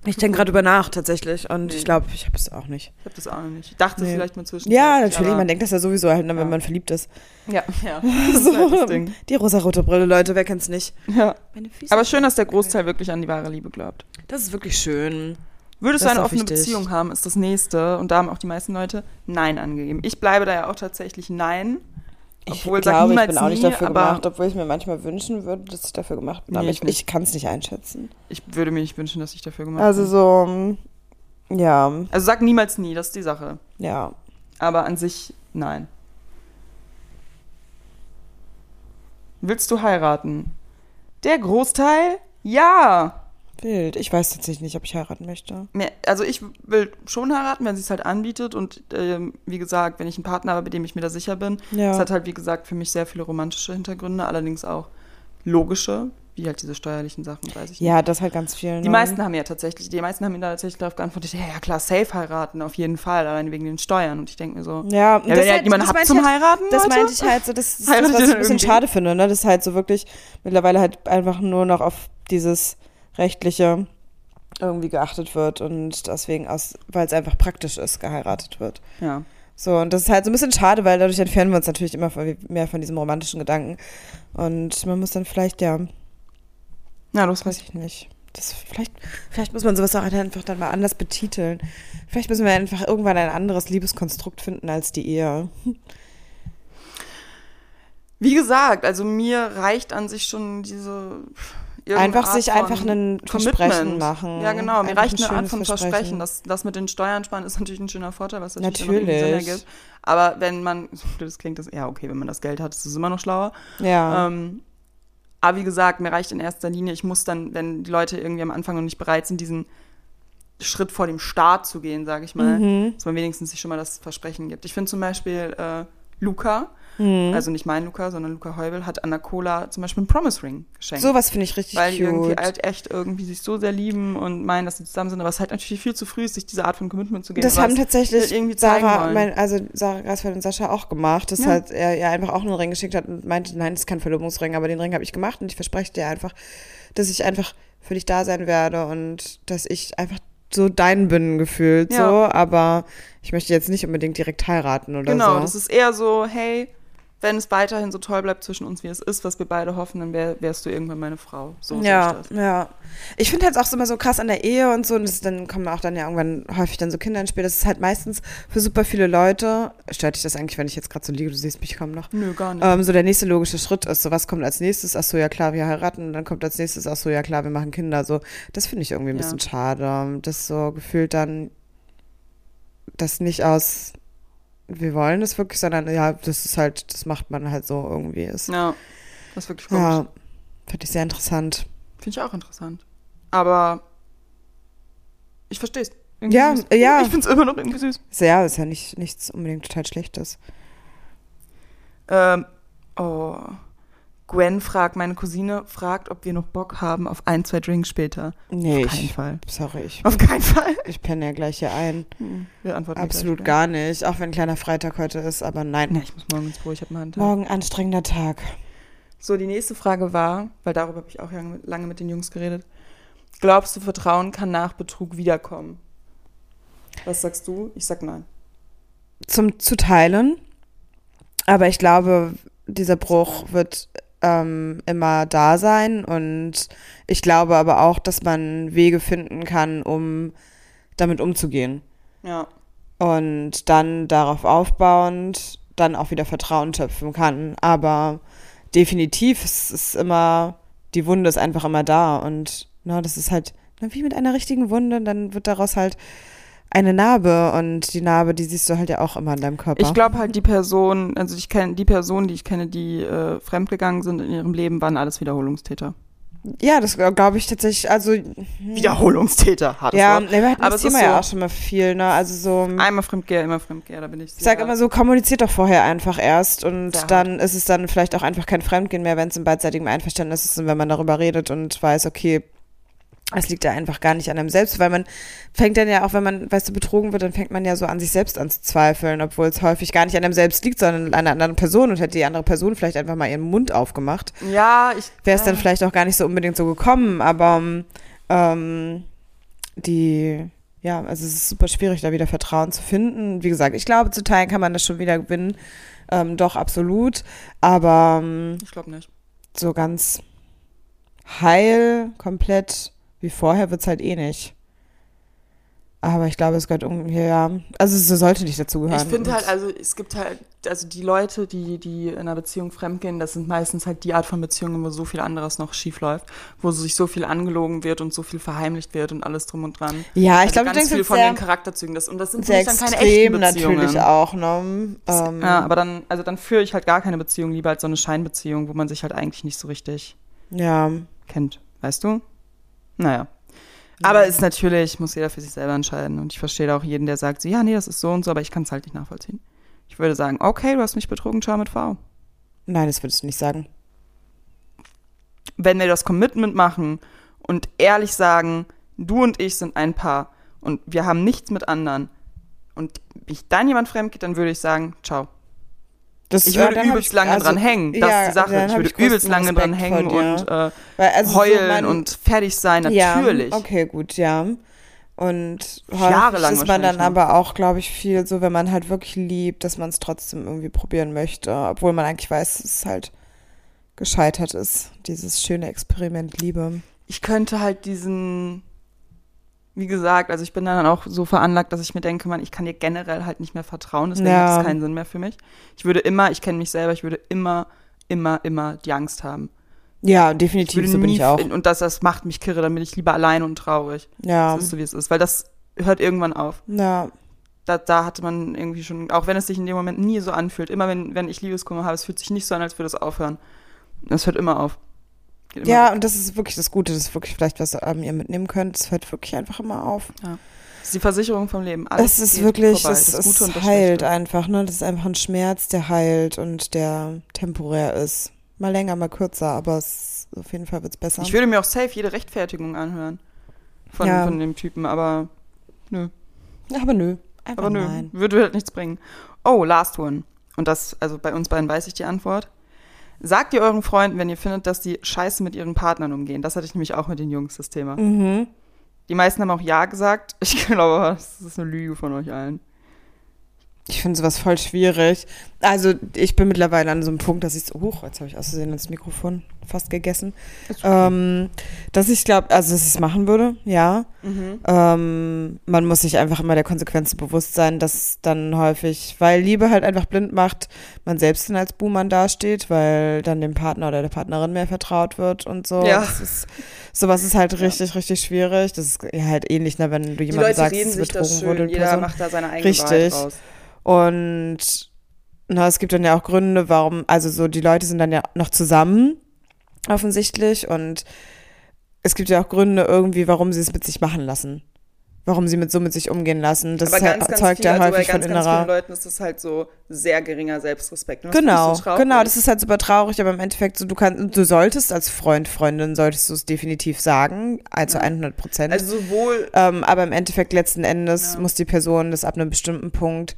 Speaker 2: Ich denke gerade über nach tatsächlich und
Speaker 1: Nee.
Speaker 2: ich glaube, ich habe es auch nicht.
Speaker 1: Ich habe das auch noch nicht. Ich dachte
Speaker 2: Nee.
Speaker 1: vielleicht mal zwischendurch.
Speaker 2: Ja, natürlich,
Speaker 1: aber-
Speaker 2: man denkt das ja sowieso halt, ne,
Speaker 1: Ja.
Speaker 2: wenn man verliebt ist.
Speaker 1: Ja, ja. Das ist halt das Ding.
Speaker 2: Die rosarote Brille, Leute, wer kennt's nicht?
Speaker 1: Ja.
Speaker 2: Meine Füße.
Speaker 1: Aber schön, dass der Großteil wirklich an die wahre Liebe glaubt.
Speaker 2: das ist wirklich schön.
Speaker 1: Würdest
Speaker 2: Das
Speaker 1: du eine
Speaker 2: ist auch
Speaker 1: offene
Speaker 2: wichtig.
Speaker 1: Beziehung haben, ist das nächste. Und da haben auch die meisten Leute Nein angegeben. Ich bleibe da ja auch tatsächlich Nein. Obwohl,
Speaker 2: ich
Speaker 1: sag
Speaker 2: glaube, ich
Speaker 1: niemals
Speaker 2: bin auch nicht
Speaker 1: nie,
Speaker 2: dafür
Speaker 1: aber-
Speaker 2: gemacht, obwohl ich mir manchmal wünschen würde, dass ich dafür gemacht bin.
Speaker 1: Nee,
Speaker 2: aber
Speaker 1: ich
Speaker 2: ich, ich kann es nicht einschätzen.
Speaker 1: Ich würde mir nicht wünschen, dass ich dafür gemacht
Speaker 2: Also
Speaker 1: bin.
Speaker 2: so, mm, ja,
Speaker 1: Also sag niemals nie, das ist die Sache.
Speaker 2: ja.
Speaker 1: Aber an sich, nein. Willst du heiraten? Der Großteil? Ja.
Speaker 2: Wild. Ich weiß tatsächlich nicht, ob ich heiraten möchte.
Speaker 1: Mir- Also ich will schon heiraten, wenn sie es halt anbietet. Und ähm, wie gesagt, wenn ich einen Partner habe, bei dem ich mir da sicher bin.
Speaker 2: Ja.
Speaker 1: Es hat halt, wie gesagt, für mich sehr viele romantische Hintergründe, allerdings auch logische, wie halt diese steuerlichen Sachen, weiß ich nicht.
Speaker 2: ja, das halt ganz viel.
Speaker 1: Die meisten haben ja tatsächlich, die meisten haben mir da tatsächlich darauf geantwortet, ja, ja klar, safe heiraten, auf jeden Fall, allein wegen den Steuern. Und ich denke mir so,
Speaker 2: Ja,
Speaker 1: ja, wenn ihr halt niemanden habt zum
Speaker 2: Mhm. halt,
Speaker 1: Heiraten,
Speaker 2: Das
Speaker 1: Leute,
Speaker 2: meinte ich halt so, das ist das,
Speaker 1: Heiratet
Speaker 2: was ich
Speaker 1: ihr
Speaker 2: ein bisschen
Speaker 1: irgendwie?
Speaker 2: schade finde, ne? Das halt so wirklich mittlerweile halt einfach nur noch auf dieses rechtliche irgendwie geachtet wird und deswegen aus, weil es einfach praktisch ist, geheiratet wird.
Speaker 1: Ja.
Speaker 2: So, und das ist halt so ein bisschen schade, weil dadurch entfernen wir uns natürlich immer von- mehr von diesem romantischen Gedanken. Und man muss dann vielleicht, ja,
Speaker 1: Ja, das weiß
Speaker 2: weiß
Speaker 1: ich.
Speaker 2: ich nicht. Das vielleicht, vielleicht muss man sowas auch einfach dann mal anders betiteln. Vielleicht müssen wir einfach irgendwann ein anderes Liebeskonstrukt finden als die Ehe.
Speaker 1: Wie gesagt, also mir reicht an sich schon diese. irgendeine
Speaker 2: Einfach
Speaker 1: Art
Speaker 2: sich
Speaker 1: von
Speaker 2: einfach ein
Speaker 1: Commitment.
Speaker 2: Versprechen machen.
Speaker 1: Ja, genau. Mir
Speaker 2: Einfach
Speaker 1: reicht
Speaker 2: ein
Speaker 1: eine Art
Speaker 2: schönes
Speaker 1: von Versprechen.
Speaker 2: Versprechen.
Speaker 1: Das, das mit den Steuern sparen ist natürlich ein schöner Vorteil, was natürlich, auch noch irgendwie
Speaker 2: Natürlich.
Speaker 1: Sinn ergibt. Aber wenn man, so blöd das klingt, das, ja, okay, wenn man das Geld hat, ist es immer noch schlauer.
Speaker 2: Ja.
Speaker 1: Ähm, aber wie gesagt, mir reicht in erster Linie, ich muss dann, wenn die Leute irgendwie am Anfang noch nicht bereit sind, diesen Schritt vor dem Start zu gehen, sage ich mal,
Speaker 2: Mhm.
Speaker 1: dass man wenigstens sich schon mal das Versprechen gibt. Ich finde zum Beispiel äh, Luca,
Speaker 2: Mhm.
Speaker 1: also nicht mein Luca, sondern Luca Heubel, hat Anna Cola zum Beispiel einen Promise Ring geschenkt.
Speaker 2: Sowas finde ich richtig
Speaker 1: weil die irgendwie
Speaker 2: cute.
Speaker 1: halt echt irgendwie sich so sehr lieben und meinen, dass sie zusammen sind, aber es ist halt natürlich viel zu früh ist, sich diese Art von Commitment zu geben.
Speaker 2: das
Speaker 1: aber
Speaker 2: haben
Speaker 1: es
Speaker 2: tatsächlich
Speaker 1: halt irgendwie zeigen
Speaker 2: Sarah,
Speaker 1: wollen.
Speaker 2: mein, also Sarah Grasfeld und Sascha auch gemacht, dass
Speaker 1: Ja.
Speaker 2: halt er ihr einfach auch einen Ring geschickt hat und meinte, nein, das ist kein Verlobungsring, aber den Ring habe ich gemacht und ich verspreche dir einfach, dass ich einfach für dich da sein werde und dass ich einfach so dein bin gefühlt
Speaker 1: Ja.
Speaker 2: so, aber ich möchte jetzt nicht unbedingt direkt heiraten oder
Speaker 1: Genau,
Speaker 2: so.
Speaker 1: das ist eher so, hey, wenn es weiterhin so toll bleibt zwischen uns, wie es ist, was wir beide hoffen, dann wär, wärst du irgendwann meine Frau. So sehe
Speaker 2: ja,
Speaker 1: ich das.
Speaker 2: ja. Ich finde halt auch so immer so krass an der Ehe und so, und das, dann kommen auch dann ja irgendwann häufig dann so Kinder ins Spiel. Das ist halt meistens für super viele Leute, stört dich das eigentlich, wenn ich jetzt gerade so liege, du siehst mich kaum noch,
Speaker 1: Nö, gar nicht.
Speaker 2: ähm, so der nächste logische Schritt ist, so was kommt als nächstes, ach so, ja klar, wir heiraten, und dann kommt als nächstes, ach so, ja klar, wir machen Kinder, so. Das finde ich irgendwie ein
Speaker 1: Ja.
Speaker 2: bisschen schade, das so gefühlt dann, das nicht aus, wir wollen es wirklich, sondern ja, das ist halt, das macht man halt so irgendwie. Ist,
Speaker 1: ja, das ist wirklich komisch.
Speaker 2: ja, finde ich sehr interessant.
Speaker 1: Finde ich auch interessant. Aber ich verstehe es.
Speaker 2: Ja,
Speaker 1: süß.
Speaker 2: ja.
Speaker 1: Ich finde es immer noch irgendwie süß.
Speaker 2: Ist Ja, ist ja nicht, nichts unbedingt total Schlechtes.
Speaker 1: Ähm, oh. Gwen fragt, meine Cousine fragt, ob wir noch Bock haben auf ein, zwei Drinks später.
Speaker 2: Nee,
Speaker 1: Auf keinen
Speaker 2: ich, Oh.
Speaker 1: Fall.
Speaker 2: sorry, ich,
Speaker 1: Auf keinen Fall.
Speaker 2: ich penne ja gleich hier ein.
Speaker 1: Wir antworten dir
Speaker 2: Hm. Absolut
Speaker 1: gleich.
Speaker 2: gar nicht, auch wenn kleiner Freitag heute ist, aber nein.
Speaker 1: Nee, ich muss morgen ins Büro, ich habe mal einen Tag.
Speaker 2: Morgen anstrengender Tag.
Speaker 1: So, die nächste Frage war, weil darüber habe ich auch lang- lange mit den Jungs geredet. Glaubst du, Vertrauen kann nach Betrug wiederkommen? Was sagst du? Ich sag nein.
Speaker 2: zum zu teilen. Aber ich glaube, dieser Bruch wird ähm, immer da sein. Und ich glaube aber auch, dass man Wege finden kann, um damit umzugehen.
Speaker 1: Ja.
Speaker 2: Und dann darauf aufbauend dann auch wieder Vertrauen schöpfen kann. Aber definitiv es ist immer, die Wunde ist einfach immer da. Und na, das ist halt na, wie mit einer richtigen Wunde, dann wird daraus halt eine Narbe. Und die Narbe, die siehst du halt ja auch immer in deinem Körper.
Speaker 1: Ich glaube halt, die Person, also ich kenne die Personen, die ich kenne, die äh, fremdgegangen sind in ihrem Leben, waren alles Wiederholungstäter.
Speaker 2: Ja, das glaube ich tatsächlich. Also,
Speaker 1: Hm. Wiederholungstäter, hartes
Speaker 2: ja,
Speaker 1: Wort.
Speaker 2: nee, wir hatten
Speaker 1: Aber
Speaker 2: das
Speaker 1: es ist
Speaker 2: Thema ja
Speaker 1: so.
Speaker 2: auch schon mal viel, ne? Also so.
Speaker 1: Einmal Fremdgeher, immer Fremdgeher, da bin ich
Speaker 2: Ich sag immer so, kommuniziert doch vorher einfach erst und
Speaker 1: Sehr hart.
Speaker 2: dann ist es dann vielleicht auch einfach kein Fremdgehen mehr, wenn es im beidseitigen Einverständnis ist und wenn man darüber redet und weiß, okay, es liegt ja einfach gar nicht an einem selbst, weil man fängt dann ja auch, wenn man, weißt du, betrogen wird, dann fängt man ja so an sich selbst an zu zweifeln, obwohl es häufig gar nicht an einem selbst liegt, sondern an einer anderen Person und hätte die andere Person vielleicht einfach mal ihren Mund aufgemacht
Speaker 1: Ja, ich.
Speaker 2: wäre es dann
Speaker 1: Ah.
Speaker 2: vielleicht auch gar nicht so unbedingt so gekommen, aber ähm, die, ja, also es ist super schwierig, da wieder Vertrauen zu finden. Wie gesagt, ich glaube, zu teilen kann man das schon wieder gewinnen. Ähm, doch, absolut. Aber ähm,
Speaker 1: Ich glaube nicht.
Speaker 2: so ganz heil, komplett wie vorher wird es halt eh nicht. Aber ich glaube, es gehört irgendwie, ja. Also es sollte nicht dazugehören.
Speaker 1: Ich finde halt, also es gibt halt, also die Leute, die, die in einer Beziehung fremdgehen, das sind meistens halt die Art von Beziehungen, wo so viel anderes noch schief läuft, wo sich so viel angelogen wird und so viel verheimlicht wird und alles drum und dran.
Speaker 2: Ja, ich
Speaker 1: also
Speaker 2: glaube, du
Speaker 1: ganz
Speaker 2: denkst
Speaker 1: viel
Speaker 2: jetzt
Speaker 1: von
Speaker 2: sehr-
Speaker 1: den Charakterzügen. Das, und das sind für
Speaker 2: sehr
Speaker 1: mich dann keine echten
Speaker 2: extrem
Speaker 1: Beziehungen.
Speaker 2: natürlich auch, ne? Ähm,
Speaker 1: ja, aber dann, also dann führe ich halt gar keine Beziehung lieber als so eine Scheinbeziehung, wo man sich halt eigentlich nicht so richtig
Speaker 2: ja.
Speaker 1: kennt, weißt du? Naja. Aber ist natürlich, muss jeder für sich selber entscheiden. Und ich verstehe da auch jeden, der sagt so, ja, nee, das ist so und so, aber ich kann es halt nicht nachvollziehen. Ich würde sagen, okay, du hast mich betrogen, ciao mit V.
Speaker 2: Nein, das würdest du nicht sagen.
Speaker 1: Wenn wir das Commitment machen und ehrlich sagen, du und ich sind ein Paar und wir haben nichts mit anderen und ich dann jemand fremd geht, dann würde ich sagen, ciao.
Speaker 2: Das,
Speaker 1: Ich
Speaker 2: ja,
Speaker 1: würde
Speaker 2: dann hab
Speaker 1: übelst lange
Speaker 2: also,
Speaker 1: dran hängen. Das
Speaker 2: ja,
Speaker 1: ist die Sache.
Speaker 2: dann
Speaker 1: Ich
Speaker 2: hab
Speaker 1: würde
Speaker 2: großen
Speaker 1: übelst lange dran
Speaker 2: Respekt
Speaker 1: hängen
Speaker 2: vor dir.
Speaker 1: und äh,
Speaker 2: Weil, also so
Speaker 1: heulen
Speaker 2: mein-
Speaker 1: und fertig sein, natürlich.
Speaker 2: Ja, okay, gut, ja. Und
Speaker 1: Jahrelang
Speaker 2: häufig ist man dann
Speaker 1: wahrscheinlich ne? noch.
Speaker 2: aber auch, glaube ich, viel so, wenn man halt wirklich liebt, dass man es trotzdem irgendwie probieren möchte, obwohl man eigentlich weiß, dass es halt gescheitert ist, dieses schöne Experiment Liebe.
Speaker 1: ich könnte halt diesen, wie gesagt, also ich bin dann auch so veranlagt, dass ich mir denke, man, ich kann dir generell halt nicht mehr vertrauen, deswegen
Speaker 2: Ja.
Speaker 1: hat es keinen Sinn mehr für mich. Ich würde immer, ich kenne mich selber, ich würde immer, immer, immer die Angst haben.
Speaker 2: Ja,
Speaker 1: Ich
Speaker 2: definitiv,
Speaker 1: würde
Speaker 2: so bin
Speaker 1: nie-
Speaker 2: ich auch.
Speaker 1: Und das, das macht mich kirre, dann bin ich lieber allein und traurig.
Speaker 2: Ja,
Speaker 1: Das ist so, wie es ist, weil das hört irgendwann auf.
Speaker 2: ja,
Speaker 1: Da, da hatte man irgendwie schon, auch wenn es sich in dem Moment nie so anfühlt, immer wenn, wenn ich Liebeskummer habe, es fühlt sich nicht so an, als würde es aufhören. Das hört immer auf. Geht immer
Speaker 2: ja, und das ist wirklich das Gute, das ist wirklich vielleicht, was ähm, ihr mitnehmen könnt, es hört wirklich einfach immer auf.
Speaker 1: Das ist die Versicherung vom Leben. Alles
Speaker 2: Es ist
Speaker 1: geht
Speaker 2: wirklich,
Speaker 1: vorbei.
Speaker 2: es, es
Speaker 1: und das
Speaker 2: heilt
Speaker 1: Schlechte.
Speaker 2: einfach, ne? Das ist einfach ein Schmerz, der heilt und der temporär ist. Mal länger, mal kürzer, aber es, auf jeden Fall wird's besser.
Speaker 1: Ich würde mir auch safe jede Rechtfertigung anhören von,
Speaker 2: Ja.
Speaker 1: von dem Typen, aber nö,
Speaker 2: aber nö, einfach
Speaker 1: aber nö,
Speaker 2: Oh nein.
Speaker 1: würde halt nichts bringen. Oh, last one. Und das, also bei uns beiden weiß ich die Antwort. Sagt ihr euren Freunden, wenn ihr findet, dass die scheiße mit ihren Partnern umgehen. Das hatte ich nämlich auch mit den Jungs, das Thema.
Speaker 2: Mhm.
Speaker 1: Die meisten haben auch Ja gesagt. Ich glaube, aber, das ist eine Lüge von euch allen.
Speaker 2: Ich finde sowas voll schwierig. Also ich bin mittlerweile an so einem Punkt, dass ich so, huch, jetzt habe ich aus Versehen ins Mikrofon fast gegessen. Ähm, dass ich glaube, also dass ich es machen würde, ja.
Speaker 1: Mhm.
Speaker 2: Ähm, man muss sich einfach immer der Konsequenzen bewusst sein, dass dann häufig, weil Liebe halt einfach blind macht, man selbst dann als Buhmann dasteht, weil dann dem Partner oder der Partnerin mehr vertraut wird und so.
Speaker 1: Ja.
Speaker 2: Das ist, sowas ist halt richtig, richtig schwierig. Das ist halt ähnlich, ne, wenn du
Speaker 1: Die
Speaker 2: jemandem
Speaker 1: Leute
Speaker 2: sagst,
Speaker 1: reden
Speaker 2: dass
Speaker 1: sich das
Speaker 2: betrogen
Speaker 1: schön.
Speaker 2: wurde. die
Speaker 1: Jeder
Speaker 2: Person.
Speaker 1: macht da seine eigene
Speaker 2: Richtig.
Speaker 1: Wahrheit raus.
Speaker 2: Und na, es gibt dann ja auch Gründe, warum, also so, die Leute sind dann ja noch zusammen, offensichtlich, und es gibt ja auch Gründe irgendwie, warum sie es mit sich machen lassen. Warum sie mit so mit sich umgehen lassen. Das
Speaker 1: aber
Speaker 2: ja-
Speaker 1: ganz, ganz
Speaker 2: zeugt
Speaker 1: viel,
Speaker 2: ja
Speaker 1: also bei
Speaker 2: häufig
Speaker 1: ganz,
Speaker 2: von
Speaker 1: ganz vielen
Speaker 2: innerer.
Speaker 1: Leuten ist das halt so sehr geringer Selbstrespekt. Und das finde ich
Speaker 2: Genau,
Speaker 1: so traurig.
Speaker 2: genau, das ist halt super traurig, aber im Endeffekt, so, du kannst, du solltest als Freund, Freundin, solltest du es definitiv sagen, also
Speaker 1: Ja.
Speaker 2: 100 Prozent.
Speaker 1: also sowohl
Speaker 2: Ähm, aber im Endeffekt letzten Endes
Speaker 1: Ja.
Speaker 2: muss die Person das ab einem bestimmten Punkt,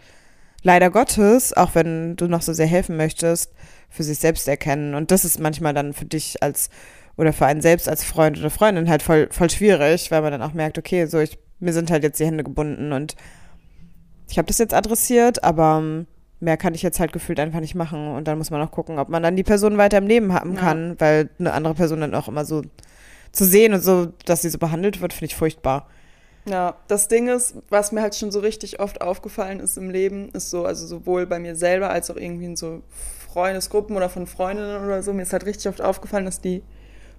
Speaker 2: leider Gottes, auch wenn du noch so sehr helfen möchtest, für sich selbst erkennen. Und das ist manchmal dann für dich als oder für einen selbst als Freund oder Freundin halt voll, voll schwierig, weil man dann auch merkt, okay, so ich, mir sind halt jetzt die Hände gebunden und ich habe das jetzt adressiert, aber ähm, mehr kann ich jetzt halt gefühlt einfach nicht machen. Und dann muss man auch gucken, ob man dann die Person weiter im Leben haben
Speaker 1: Ja.
Speaker 2: kann, weil eine andere Person dann auch immer so zu sehen und so, dass sie so behandelt wird, finde ich furchtbar.
Speaker 1: Ja, das Ding ist, was mir halt schon so richtig oft aufgefallen ist im Leben, ist so, also sowohl bei mir selber als auch irgendwie in so Freundesgruppen oder von Freundinnen oder so, mir ist halt richtig oft aufgefallen, dass die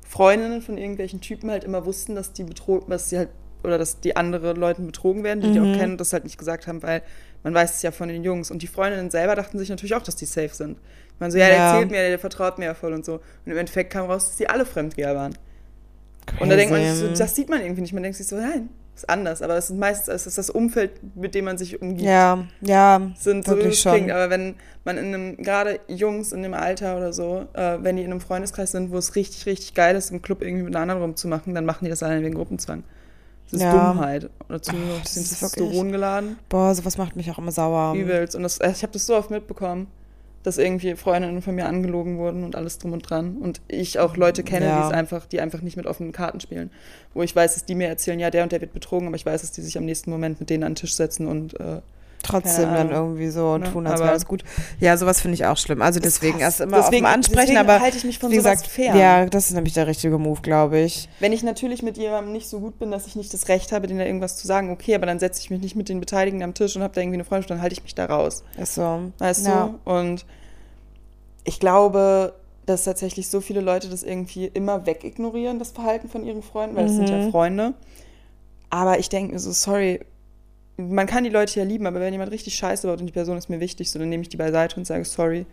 Speaker 1: Freundinnen von irgendwelchen Typen halt immer wussten, dass die betrogen, dass sie halt, oder dass die andere Leuten betrogen werden, die die auch kennen und das halt nicht gesagt haben, weil man weiß es ja von den Jungs. Und die Freundinnen selber dachten sich natürlich auch, dass die safe sind. Man so, ja, der
Speaker 2: Ja.
Speaker 1: erzählt mir, der vertraut mir ja voll und so. Und im Endeffekt kam raus, dass die alle Fremdgeher waren. Und da denkt man, sich so, das sieht man irgendwie nicht. Man denkt sich so, nein, ist anders. Aber es sind meistens, es ist das Umfeld, mit dem man sich umgibt.
Speaker 2: Ja, ja,
Speaker 1: Sind so
Speaker 2: wirklich
Speaker 1: das klingt,
Speaker 2: schon.
Speaker 1: aber wenn man in einem, gerade Jungs in dem Alter oder so, äh, wenn die in einem Freundeskreis sind, wo es richtig, richtig geil ist, im Club irgendwie mit einer anderen rumzumachen, dann machen die das allein wegen Gruppenzwang. Das ist
Speaker 2: Ja.
Speaker 1: Dummheit. Oder zu
Speaker 2: Ach, das
Speaker 1: sind
Speaker 2: ist
Speaker 1: Testosteron geladen.
Speaker 2: Boah, sowas macht mich auch immer sauer.
Speaker 1: Übelst. Und das, äh, ich habe das so oft mitbekommen, dass irgendwie Freundinnen von mir angelogen wurden und alles drum und dran. Und ich auch Leute kenne,
Speaker 2: Ja.
Speaker 1: die es einfach, die einfach nicht mit offenen Karten spielen. Wo ich weiß, dass die mir erzählen, ja, der und der wird betrogen, aber ich weiß, dass die sich am nächsten Moment mit denen an den Tisch setzen und äh,
Speaker 2: trotzdem dann irgendwie so und
Speaker 1: Ne,
Speaker 2: tun, als
Speaker 1: aber-
Speaker 2: wäre das gut. Ja, sowas finde ich auch schlimm. Also deswegen erst immer
Speaker 1: Deswegen-
Speaker 2: offen ansprechen,
Speaker 1: deswegen
Speaker 2: aber
Speaker 1: halte ich mich von
Speaker 2: wie
Speaker 1: sowas
Speaker 2: gesagt,
Speaker 1: fern.
Speaker 2: ja, das ist nämlich der richtige Move, glaube ich.
Speaker 1: Wenn ich natürlich mit jemandem nicht so gut bin, dass ich nicht das Recht habe, denen da irgendwas zu sagen, okay, aber dann setze ich mich nicht mit den Beteiligten am Tisch und habe da irgendwie eine Freundschaft, dann halte ich mich da raus.
Speaker 2: Ist so.
Speaker 1: Weißt
Speaker 2: ja.
Speaker 1: du? Und ich glaube, dass tatsächlich so viele Leute das irgendwie immer wegignorieren, das Verhalten von ihren Freunden, weil das sind ja
Speaker 2: Mhm.
Speaker 1: Freunde. Aber ich denke mir so, sorry, man kann die Leute ja lieben, aber wenn jemand richtig scheiße baut und die Person ist mir wichtig, so dann nehme ich die beiseite und sage, sorry,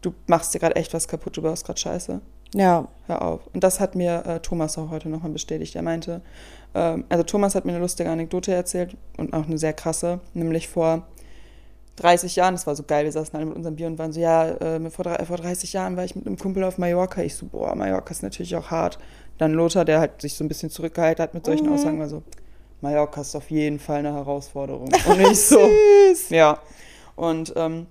Speaker 1: du machst dir gerade echt was kaputt, du baust gerade scheiße.
Speaker 2: Ja.
Speaker 1: Hör auf. Und das hat mir äh, Thomas auch heute nochmal bestätigt. Er meinte, ähm, also Thomas hat mir eine lustige Anekdote erzählt und auch eine sehr krasse, nämlich vor 30 Jahren, das war so geil, wir saßen alle mit unserem Bier und waren so, ja, äh, vor, drei- vor 30 Jahren war ich mit einem Kumpel auf Mallorca. Ich so, boah, Mallorca ist natürlich auch hart. Dann Lothar, der halt sich so ein bisschen zurückgehalten hat mit solchen Aussagen, war so, Mallorca ist auf jeden Fall eine Herausforderung. Und ich so,
Speaker 2: Tschüss.
Speaker 1: ja. Und ähm,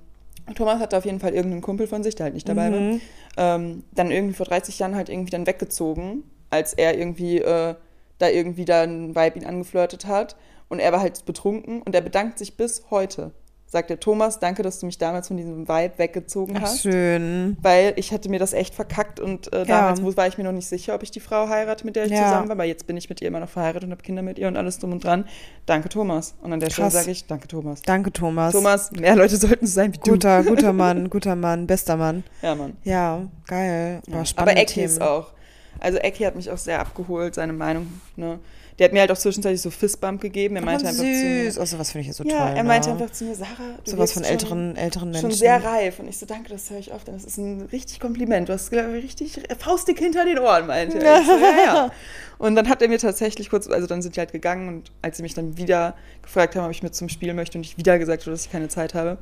Speaker 1: Thomas hatte auf jeden Fall irgendeinen Kumpel von sich, der halt nicht dabei war
Speaker 2: Mhm.
Speaker 1: ähm, dann irgendwie vor 30 Jahren halt irgendwie dann weggezogen, als er irgendwie äh, da irgendwie da ein Weib ihn angeflirtet hat und er war halt betrunken und er bedankt sich bis heute. Sagt der Thomas, danke, dass du mich damals von diesem Weib weggezogen
Speaker 2: Ach,
Speaker 1: hast.
Speaker 2: schön.
Speaker 1: Weil ich hatte mir das echt verkackt und äh, damals wo- war ich mir noch nicht sicher, ob ich die Frau heirate, mit der ich
Speaker 2: Ja.
Speaker 1: zusammen war. Aber jetzt bin ich mit ihr immer noch verheiratet und habe Kinder mit ihr und alles drum und dran. Danke, Thomas. Und an der Stelle
Speaker 2: Krass.
Speaker 1: sage ich, danke, Thomas.
Speaker 2: Danke, Thomas.
Speaker 1: Thomas, mehr Leute sollten so sein wie du.
Speaker 2: Guter, guter Mann, guter Mann, bester Mann.
Speaker 1: Ja, Mann.
Speaker 2: Ja, geil.
Speaker 1: Ja,
Speaker 2: War spannend.
Speaker 1: Aber Ecki ist auch. Also Ecki hat mich auch sehr abgeholt, seine Meinung. Ne? Der hat mir halt auch zwischenzeitlich so Fistbump gegeben. Er meinte einfach
Speaker 2: süß.
Speaker 1: zu mir.
Speaker 2: Also, was finde ich ja so
Speaker 1: ja,
Speaker 2: toll.
Speaker 1: er meinte
Speaker 2: ne?
Speaker 1: einfach zu mir, Sarah, du wirkst
Speaker 2: sowas von
Speaker 1: schon-
Speaker 2: älteren, älteren Menschen.
Speaker 1: Schon sehr reif. Und ich so, danke, das höre ich oft. Und das ist ein richtig Kompliment. Du hast glaub ich, richtig faustdick hinter den Ohren, meinte er. Ich so, ja, ja. Und dann hat er mir tatsächlich kurz, also dann sind die halt gegangen und als sie mich dann wieder gefragt haben, ob ich mit zum Spiel möchte und ich wieder gesagt habe, dass ich keine Zeit habe,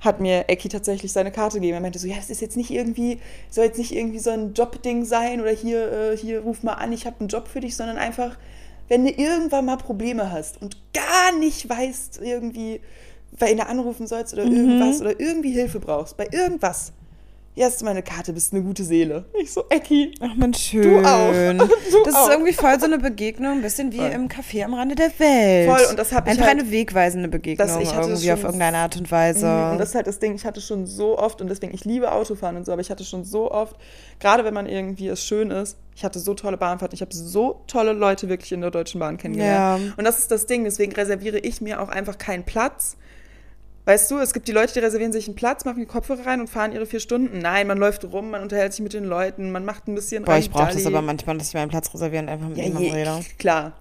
Speaker 1: hat mir Eki tatsächlich seine Karte gegeben. Er meinte so, ja, das ist jetzt nicht irgendwie, soll jetzt nicht irgendwie so ein Jobding sein oder hier, äh, hier ruf mal an, ich habe einen Job für dich, sondern einfach, wenn du irgendwann mal Probleme hast und gar nicht weißt irgendwie, wen du anrufen sollst oder irgendwas oder irgendwie Hilfe brauchst, bei irgendwas, hier hast du meine Karte, bist eine gute Seele. Ich so, Eki,
Speaker 2: Ach man, schön.
Speaker 1: auch. Du
Speaker 2: das
Speaker 1: auch.
Speaker 2: ist irgendwie voll so eine Begegnung, ein bisschen wie
Speaker 1: Voll.
Speaker 2: im Café am Rande der Welt.
Speaker 1: Voll, und das hab ich
Speaker 2: Einfach
Speaker 1: halt-
Speaker 2: eine wegweisende Begegnung
Speaker 1: Das- ich hatte das
Speaker 2: irgendwie
Speaker 1: schon-
Speaker 2: auf irgendeine Art und Weise.
Speaker 1: Mhm, Und das ist halt das Ding, ich hatte schon so oft, und deswegen, ich liebe Autofahren und so, aber ich hatte schon so oft, gerade wenn man irgendwie es schön ist, ich hatte so tolle Bahnfahrten, ich habe so tolle Leute wirklich in der Deutschen Bahn kennengelernt.
Speaker 2: Ja.
Speaker 1: Und das ist das Ding, deswegen reserviere ich mir auch einfach keinen Platz. Weißt du, es gibt die Leute, die reservieren sich einen Platz, machen die Kopfhörer rein und fahren ihre vier Stunden. Nein, man läuft rum, man unterhält sich mit den Leuten, man macht ein bisschen
Speaker 2: Boah, ich brauche das
Speaker 1: Rallye.
Speaker 2: aber manchmal, dass ich meinen Platz reservieren einfach mit
Speaker 1: Ja,
Speaker 2: jemandem
Speaker 1: je,
Speaker 2: rede.
Speaker 1: klar.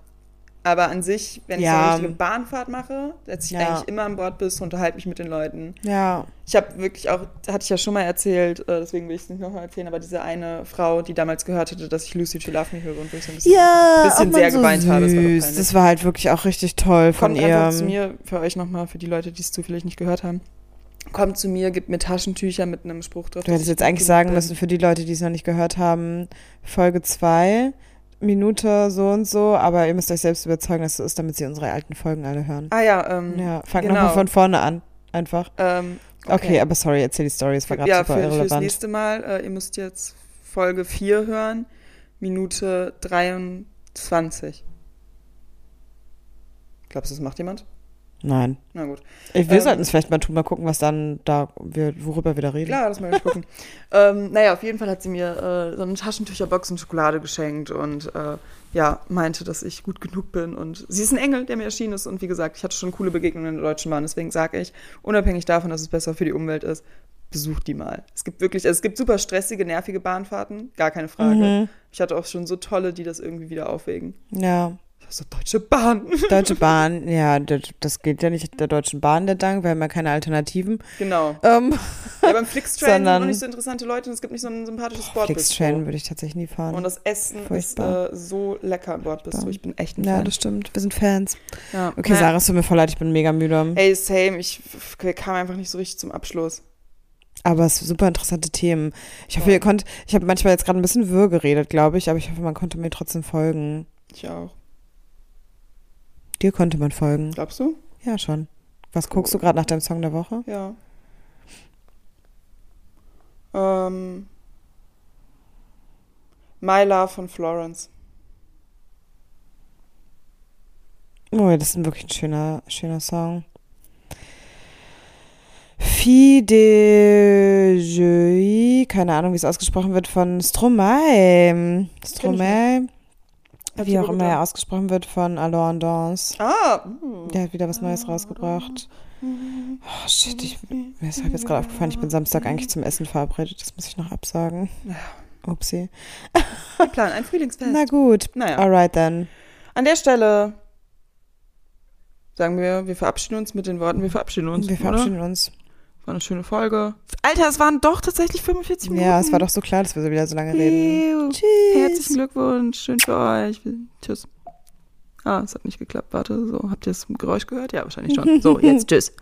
Speaker 1: Aber an sich, wenn ich
Speaker 2: Ja.
Speaker 1: so eine richtige Bahnfahrt mache, setze ich
Speaker 2: Ja.
Speaker 1: eigentlich immer an Bord bis, unterhalte mich mit den Leuten.
Speaker 2: Ja.
Speaker 1: Ich habe wirklich auch, hatte ich ja schon mal erzählt, äh, deswegen will ich es nicht nochmal erzählen, aber diese eine Frau, die damals gehört hatte, dass ich Lucy to Love Me höre und wo ich so ein bisschen,
Speaker 2: Ja,
Speaker 1: Bisschen
Speaker 2: ach,
Speaker 1: sehr
Speaker 2: man, so
Speaker 1: geweint habe, das war doch
Speaker 2: süß.
Speaker 1: peinlich.
Speaker 2: Das war halt wirklich auch richtig toll von
Speaker 1: kommt
Speaker 2: ihr.
Speaker 1: einfach zu mir, für euch nochmal, für die Leute, die es zufällig nicht gehört haben, kommt zu mir, gibt mir Taschentücher mit einem Spruch drauf.
Speaker 2: Du
Speaker 1: dass
Speaker 2: hättest
Speaker 1: ich
Speaker 2: jetzt
Speaker 1: gut
Speaker 2: eigentlich
Speaker 1: genug
Speaker 2: sagen
Speaker 1: bin.
Speaker 2: müssen, für die Leute, die es noch nicht gehört haben, Folge 2, Minute so und so, aber ihr müsst euch selbst überzeugen, dass es so ist, damit sie unsere alten Folgen alle hören.
Speaker 1: Ah ja, ähm,
Speaker 2: Ja, fang
Speaker 1: genau.
Speaker 2: nochmal von vorne an, einfach.
Speaker 1: ähm,
Speaker 2: Okay, aber sorry, erzähl die Story, es war gerade
Speaker 1: ja,
Speaker 2: super
Speaker 1: für, fürs
Speaker 2: irrelevant.
Speaker 1: nächste Mal, äh, ihr müsst jetzt Folge 4 hören, Minute 23. Glaubst du, das macht jemand?
Speaker 2: Nein.
Speaker 1: Na gut.
Speaker 2: Ich, wir
Speaker 1: Ähm,
Speaker 2: sollten es vielleicht mal tun, mal gucken, was dann da, wir, worüber wir da reden.
Speaker 1: Klar, das mal gucken. ähm, naja, auf jeden Fall hat sie mir äh, so eine Taschentücherbox und Schokolade geschenkt und äh, ja, meinte, dass ich gut genug bin. Und sie ist ein Engel, der mir erschienen ist. Und wie gesagt, ich hatte schon coole Begegnungen in der Deutschen Bahn. Deswegen sage ich, unabhängig davon, dass es besser für die Umwelt ist, besucht die mal. Es gibt wirklich, also es gibt super stressige, nervige Bahnfahrten, gar keine Frage.
Speaker 2: Mhm.
Speaker 1: Ich hatte auch schon so tolle, die das irgendwie wieder aufwägen.
Speaker 2: Ja.
Speaker 1: Ich war so, Deutsche Bahn.
Speaker 2: Deutsche Bahn, ja, das, das geht ja nicht der Deutschen Bahn, der Dank, wir haben ja keine Alternativen.
Speaker 1: genau.
Speaker 2: Ähm,
Speaker 1: Ja, beim Flixtrain sind noch
Speaker 2: Sondern-
Speaker 1: nicht so interessante Leute und es gibt nicht so ein sympathisches Bordbistro.
Speaker 2: Flixtrain würde ich tatsächlich nie fahren.
Speaker 1: Und das Essen
Speaker 2: Furchtbar.
Speaker 1: ist äh, so lecker im Bordbistro. Ich bin echt ein
Speaker 2: ja,
Speaker 1: Fan.
Speaker 2: das stimmt, wir sind Fans.
Speaker 1: Ja.
Speaker 2: Okay,
Speaker 1: Naja.
Speaker 2: Sarah, es tut mir voll leid, ich bin mega müde.
Speaker 1: Ey, same. Ich f- f- kam einfach nicht so richtig zum Abschluss.
Speaker 2: Aber es sind super interessante Themen. Ich hoffe,
Speaker 1: Ja.
Speaker 2: ihr konnt, ich habe manchmal jetzt gerade ein bisschen wirr geredet, glaube ich, aber ich hoffe, man konnte mir trotzdem folgen.
Speaker 1: Ich auch.
Speaker 2: Dir konnte man folgen.
Speaker 1: Glaubst du?
Speaker 2: Ja, schon. Was guckst du gerade nach deinem Song der Woche?
Speaker 1: Ja. Ähm. My Love von Florence.
Speaker 2: Oh, das ist ein wirklich ein schöner, schöner Song. Fidejei, keine Ahnung, wie es ausgesprochen wird, von Stromae. Stromae,
Speaker 1: Hat
Speaker 2: wie
Speaker 1: super
Speaker 2: auch immer
Speaker 1: getan.
Speaker 2: er ausgesprochen wird, von Alain Dance.
Speaker 1: Ah, mm.
Speaker 2: Der hat wieder was Neues rausgebracht. Oh shit, ich, mir ist halt jetzt gerade aufgefallen, ich bin Samstag eigentlich zum Essen verabredet. Das muss ich noch absagen. Upsi.
Speaker 1: wir planen ein Frühlingsfest.
Speaker 2: Na äh, gut.
Speaker 1: Naja.
Speaker 2: Alright then.
Speaker 1: An der Stelle sagen wir, wir verabschieden uns mit den Worten, wir verabschieden uns.
Speaker 2: Wir
Speaker 1: Oder?
Speaker 2: verabschieden uns.
Speaker 1: War eine schöne Folge. Alter, es waren doch tatsächlich 45 Minuten.
Speaker 2: Ja, es war doch so klar, dass wir so wieder so lange reden.
Speaker 1: Ew.
Speaker 2: Tschüss.
Speaker 1: Herzlichen Glückwunsch, schön für euch. Tschüss. Ah, es hat nicht geklappt. Warte, so habt ihr das Geräusch gehört? Ja, wahrscheinlich schon. So, jetzt tschüss.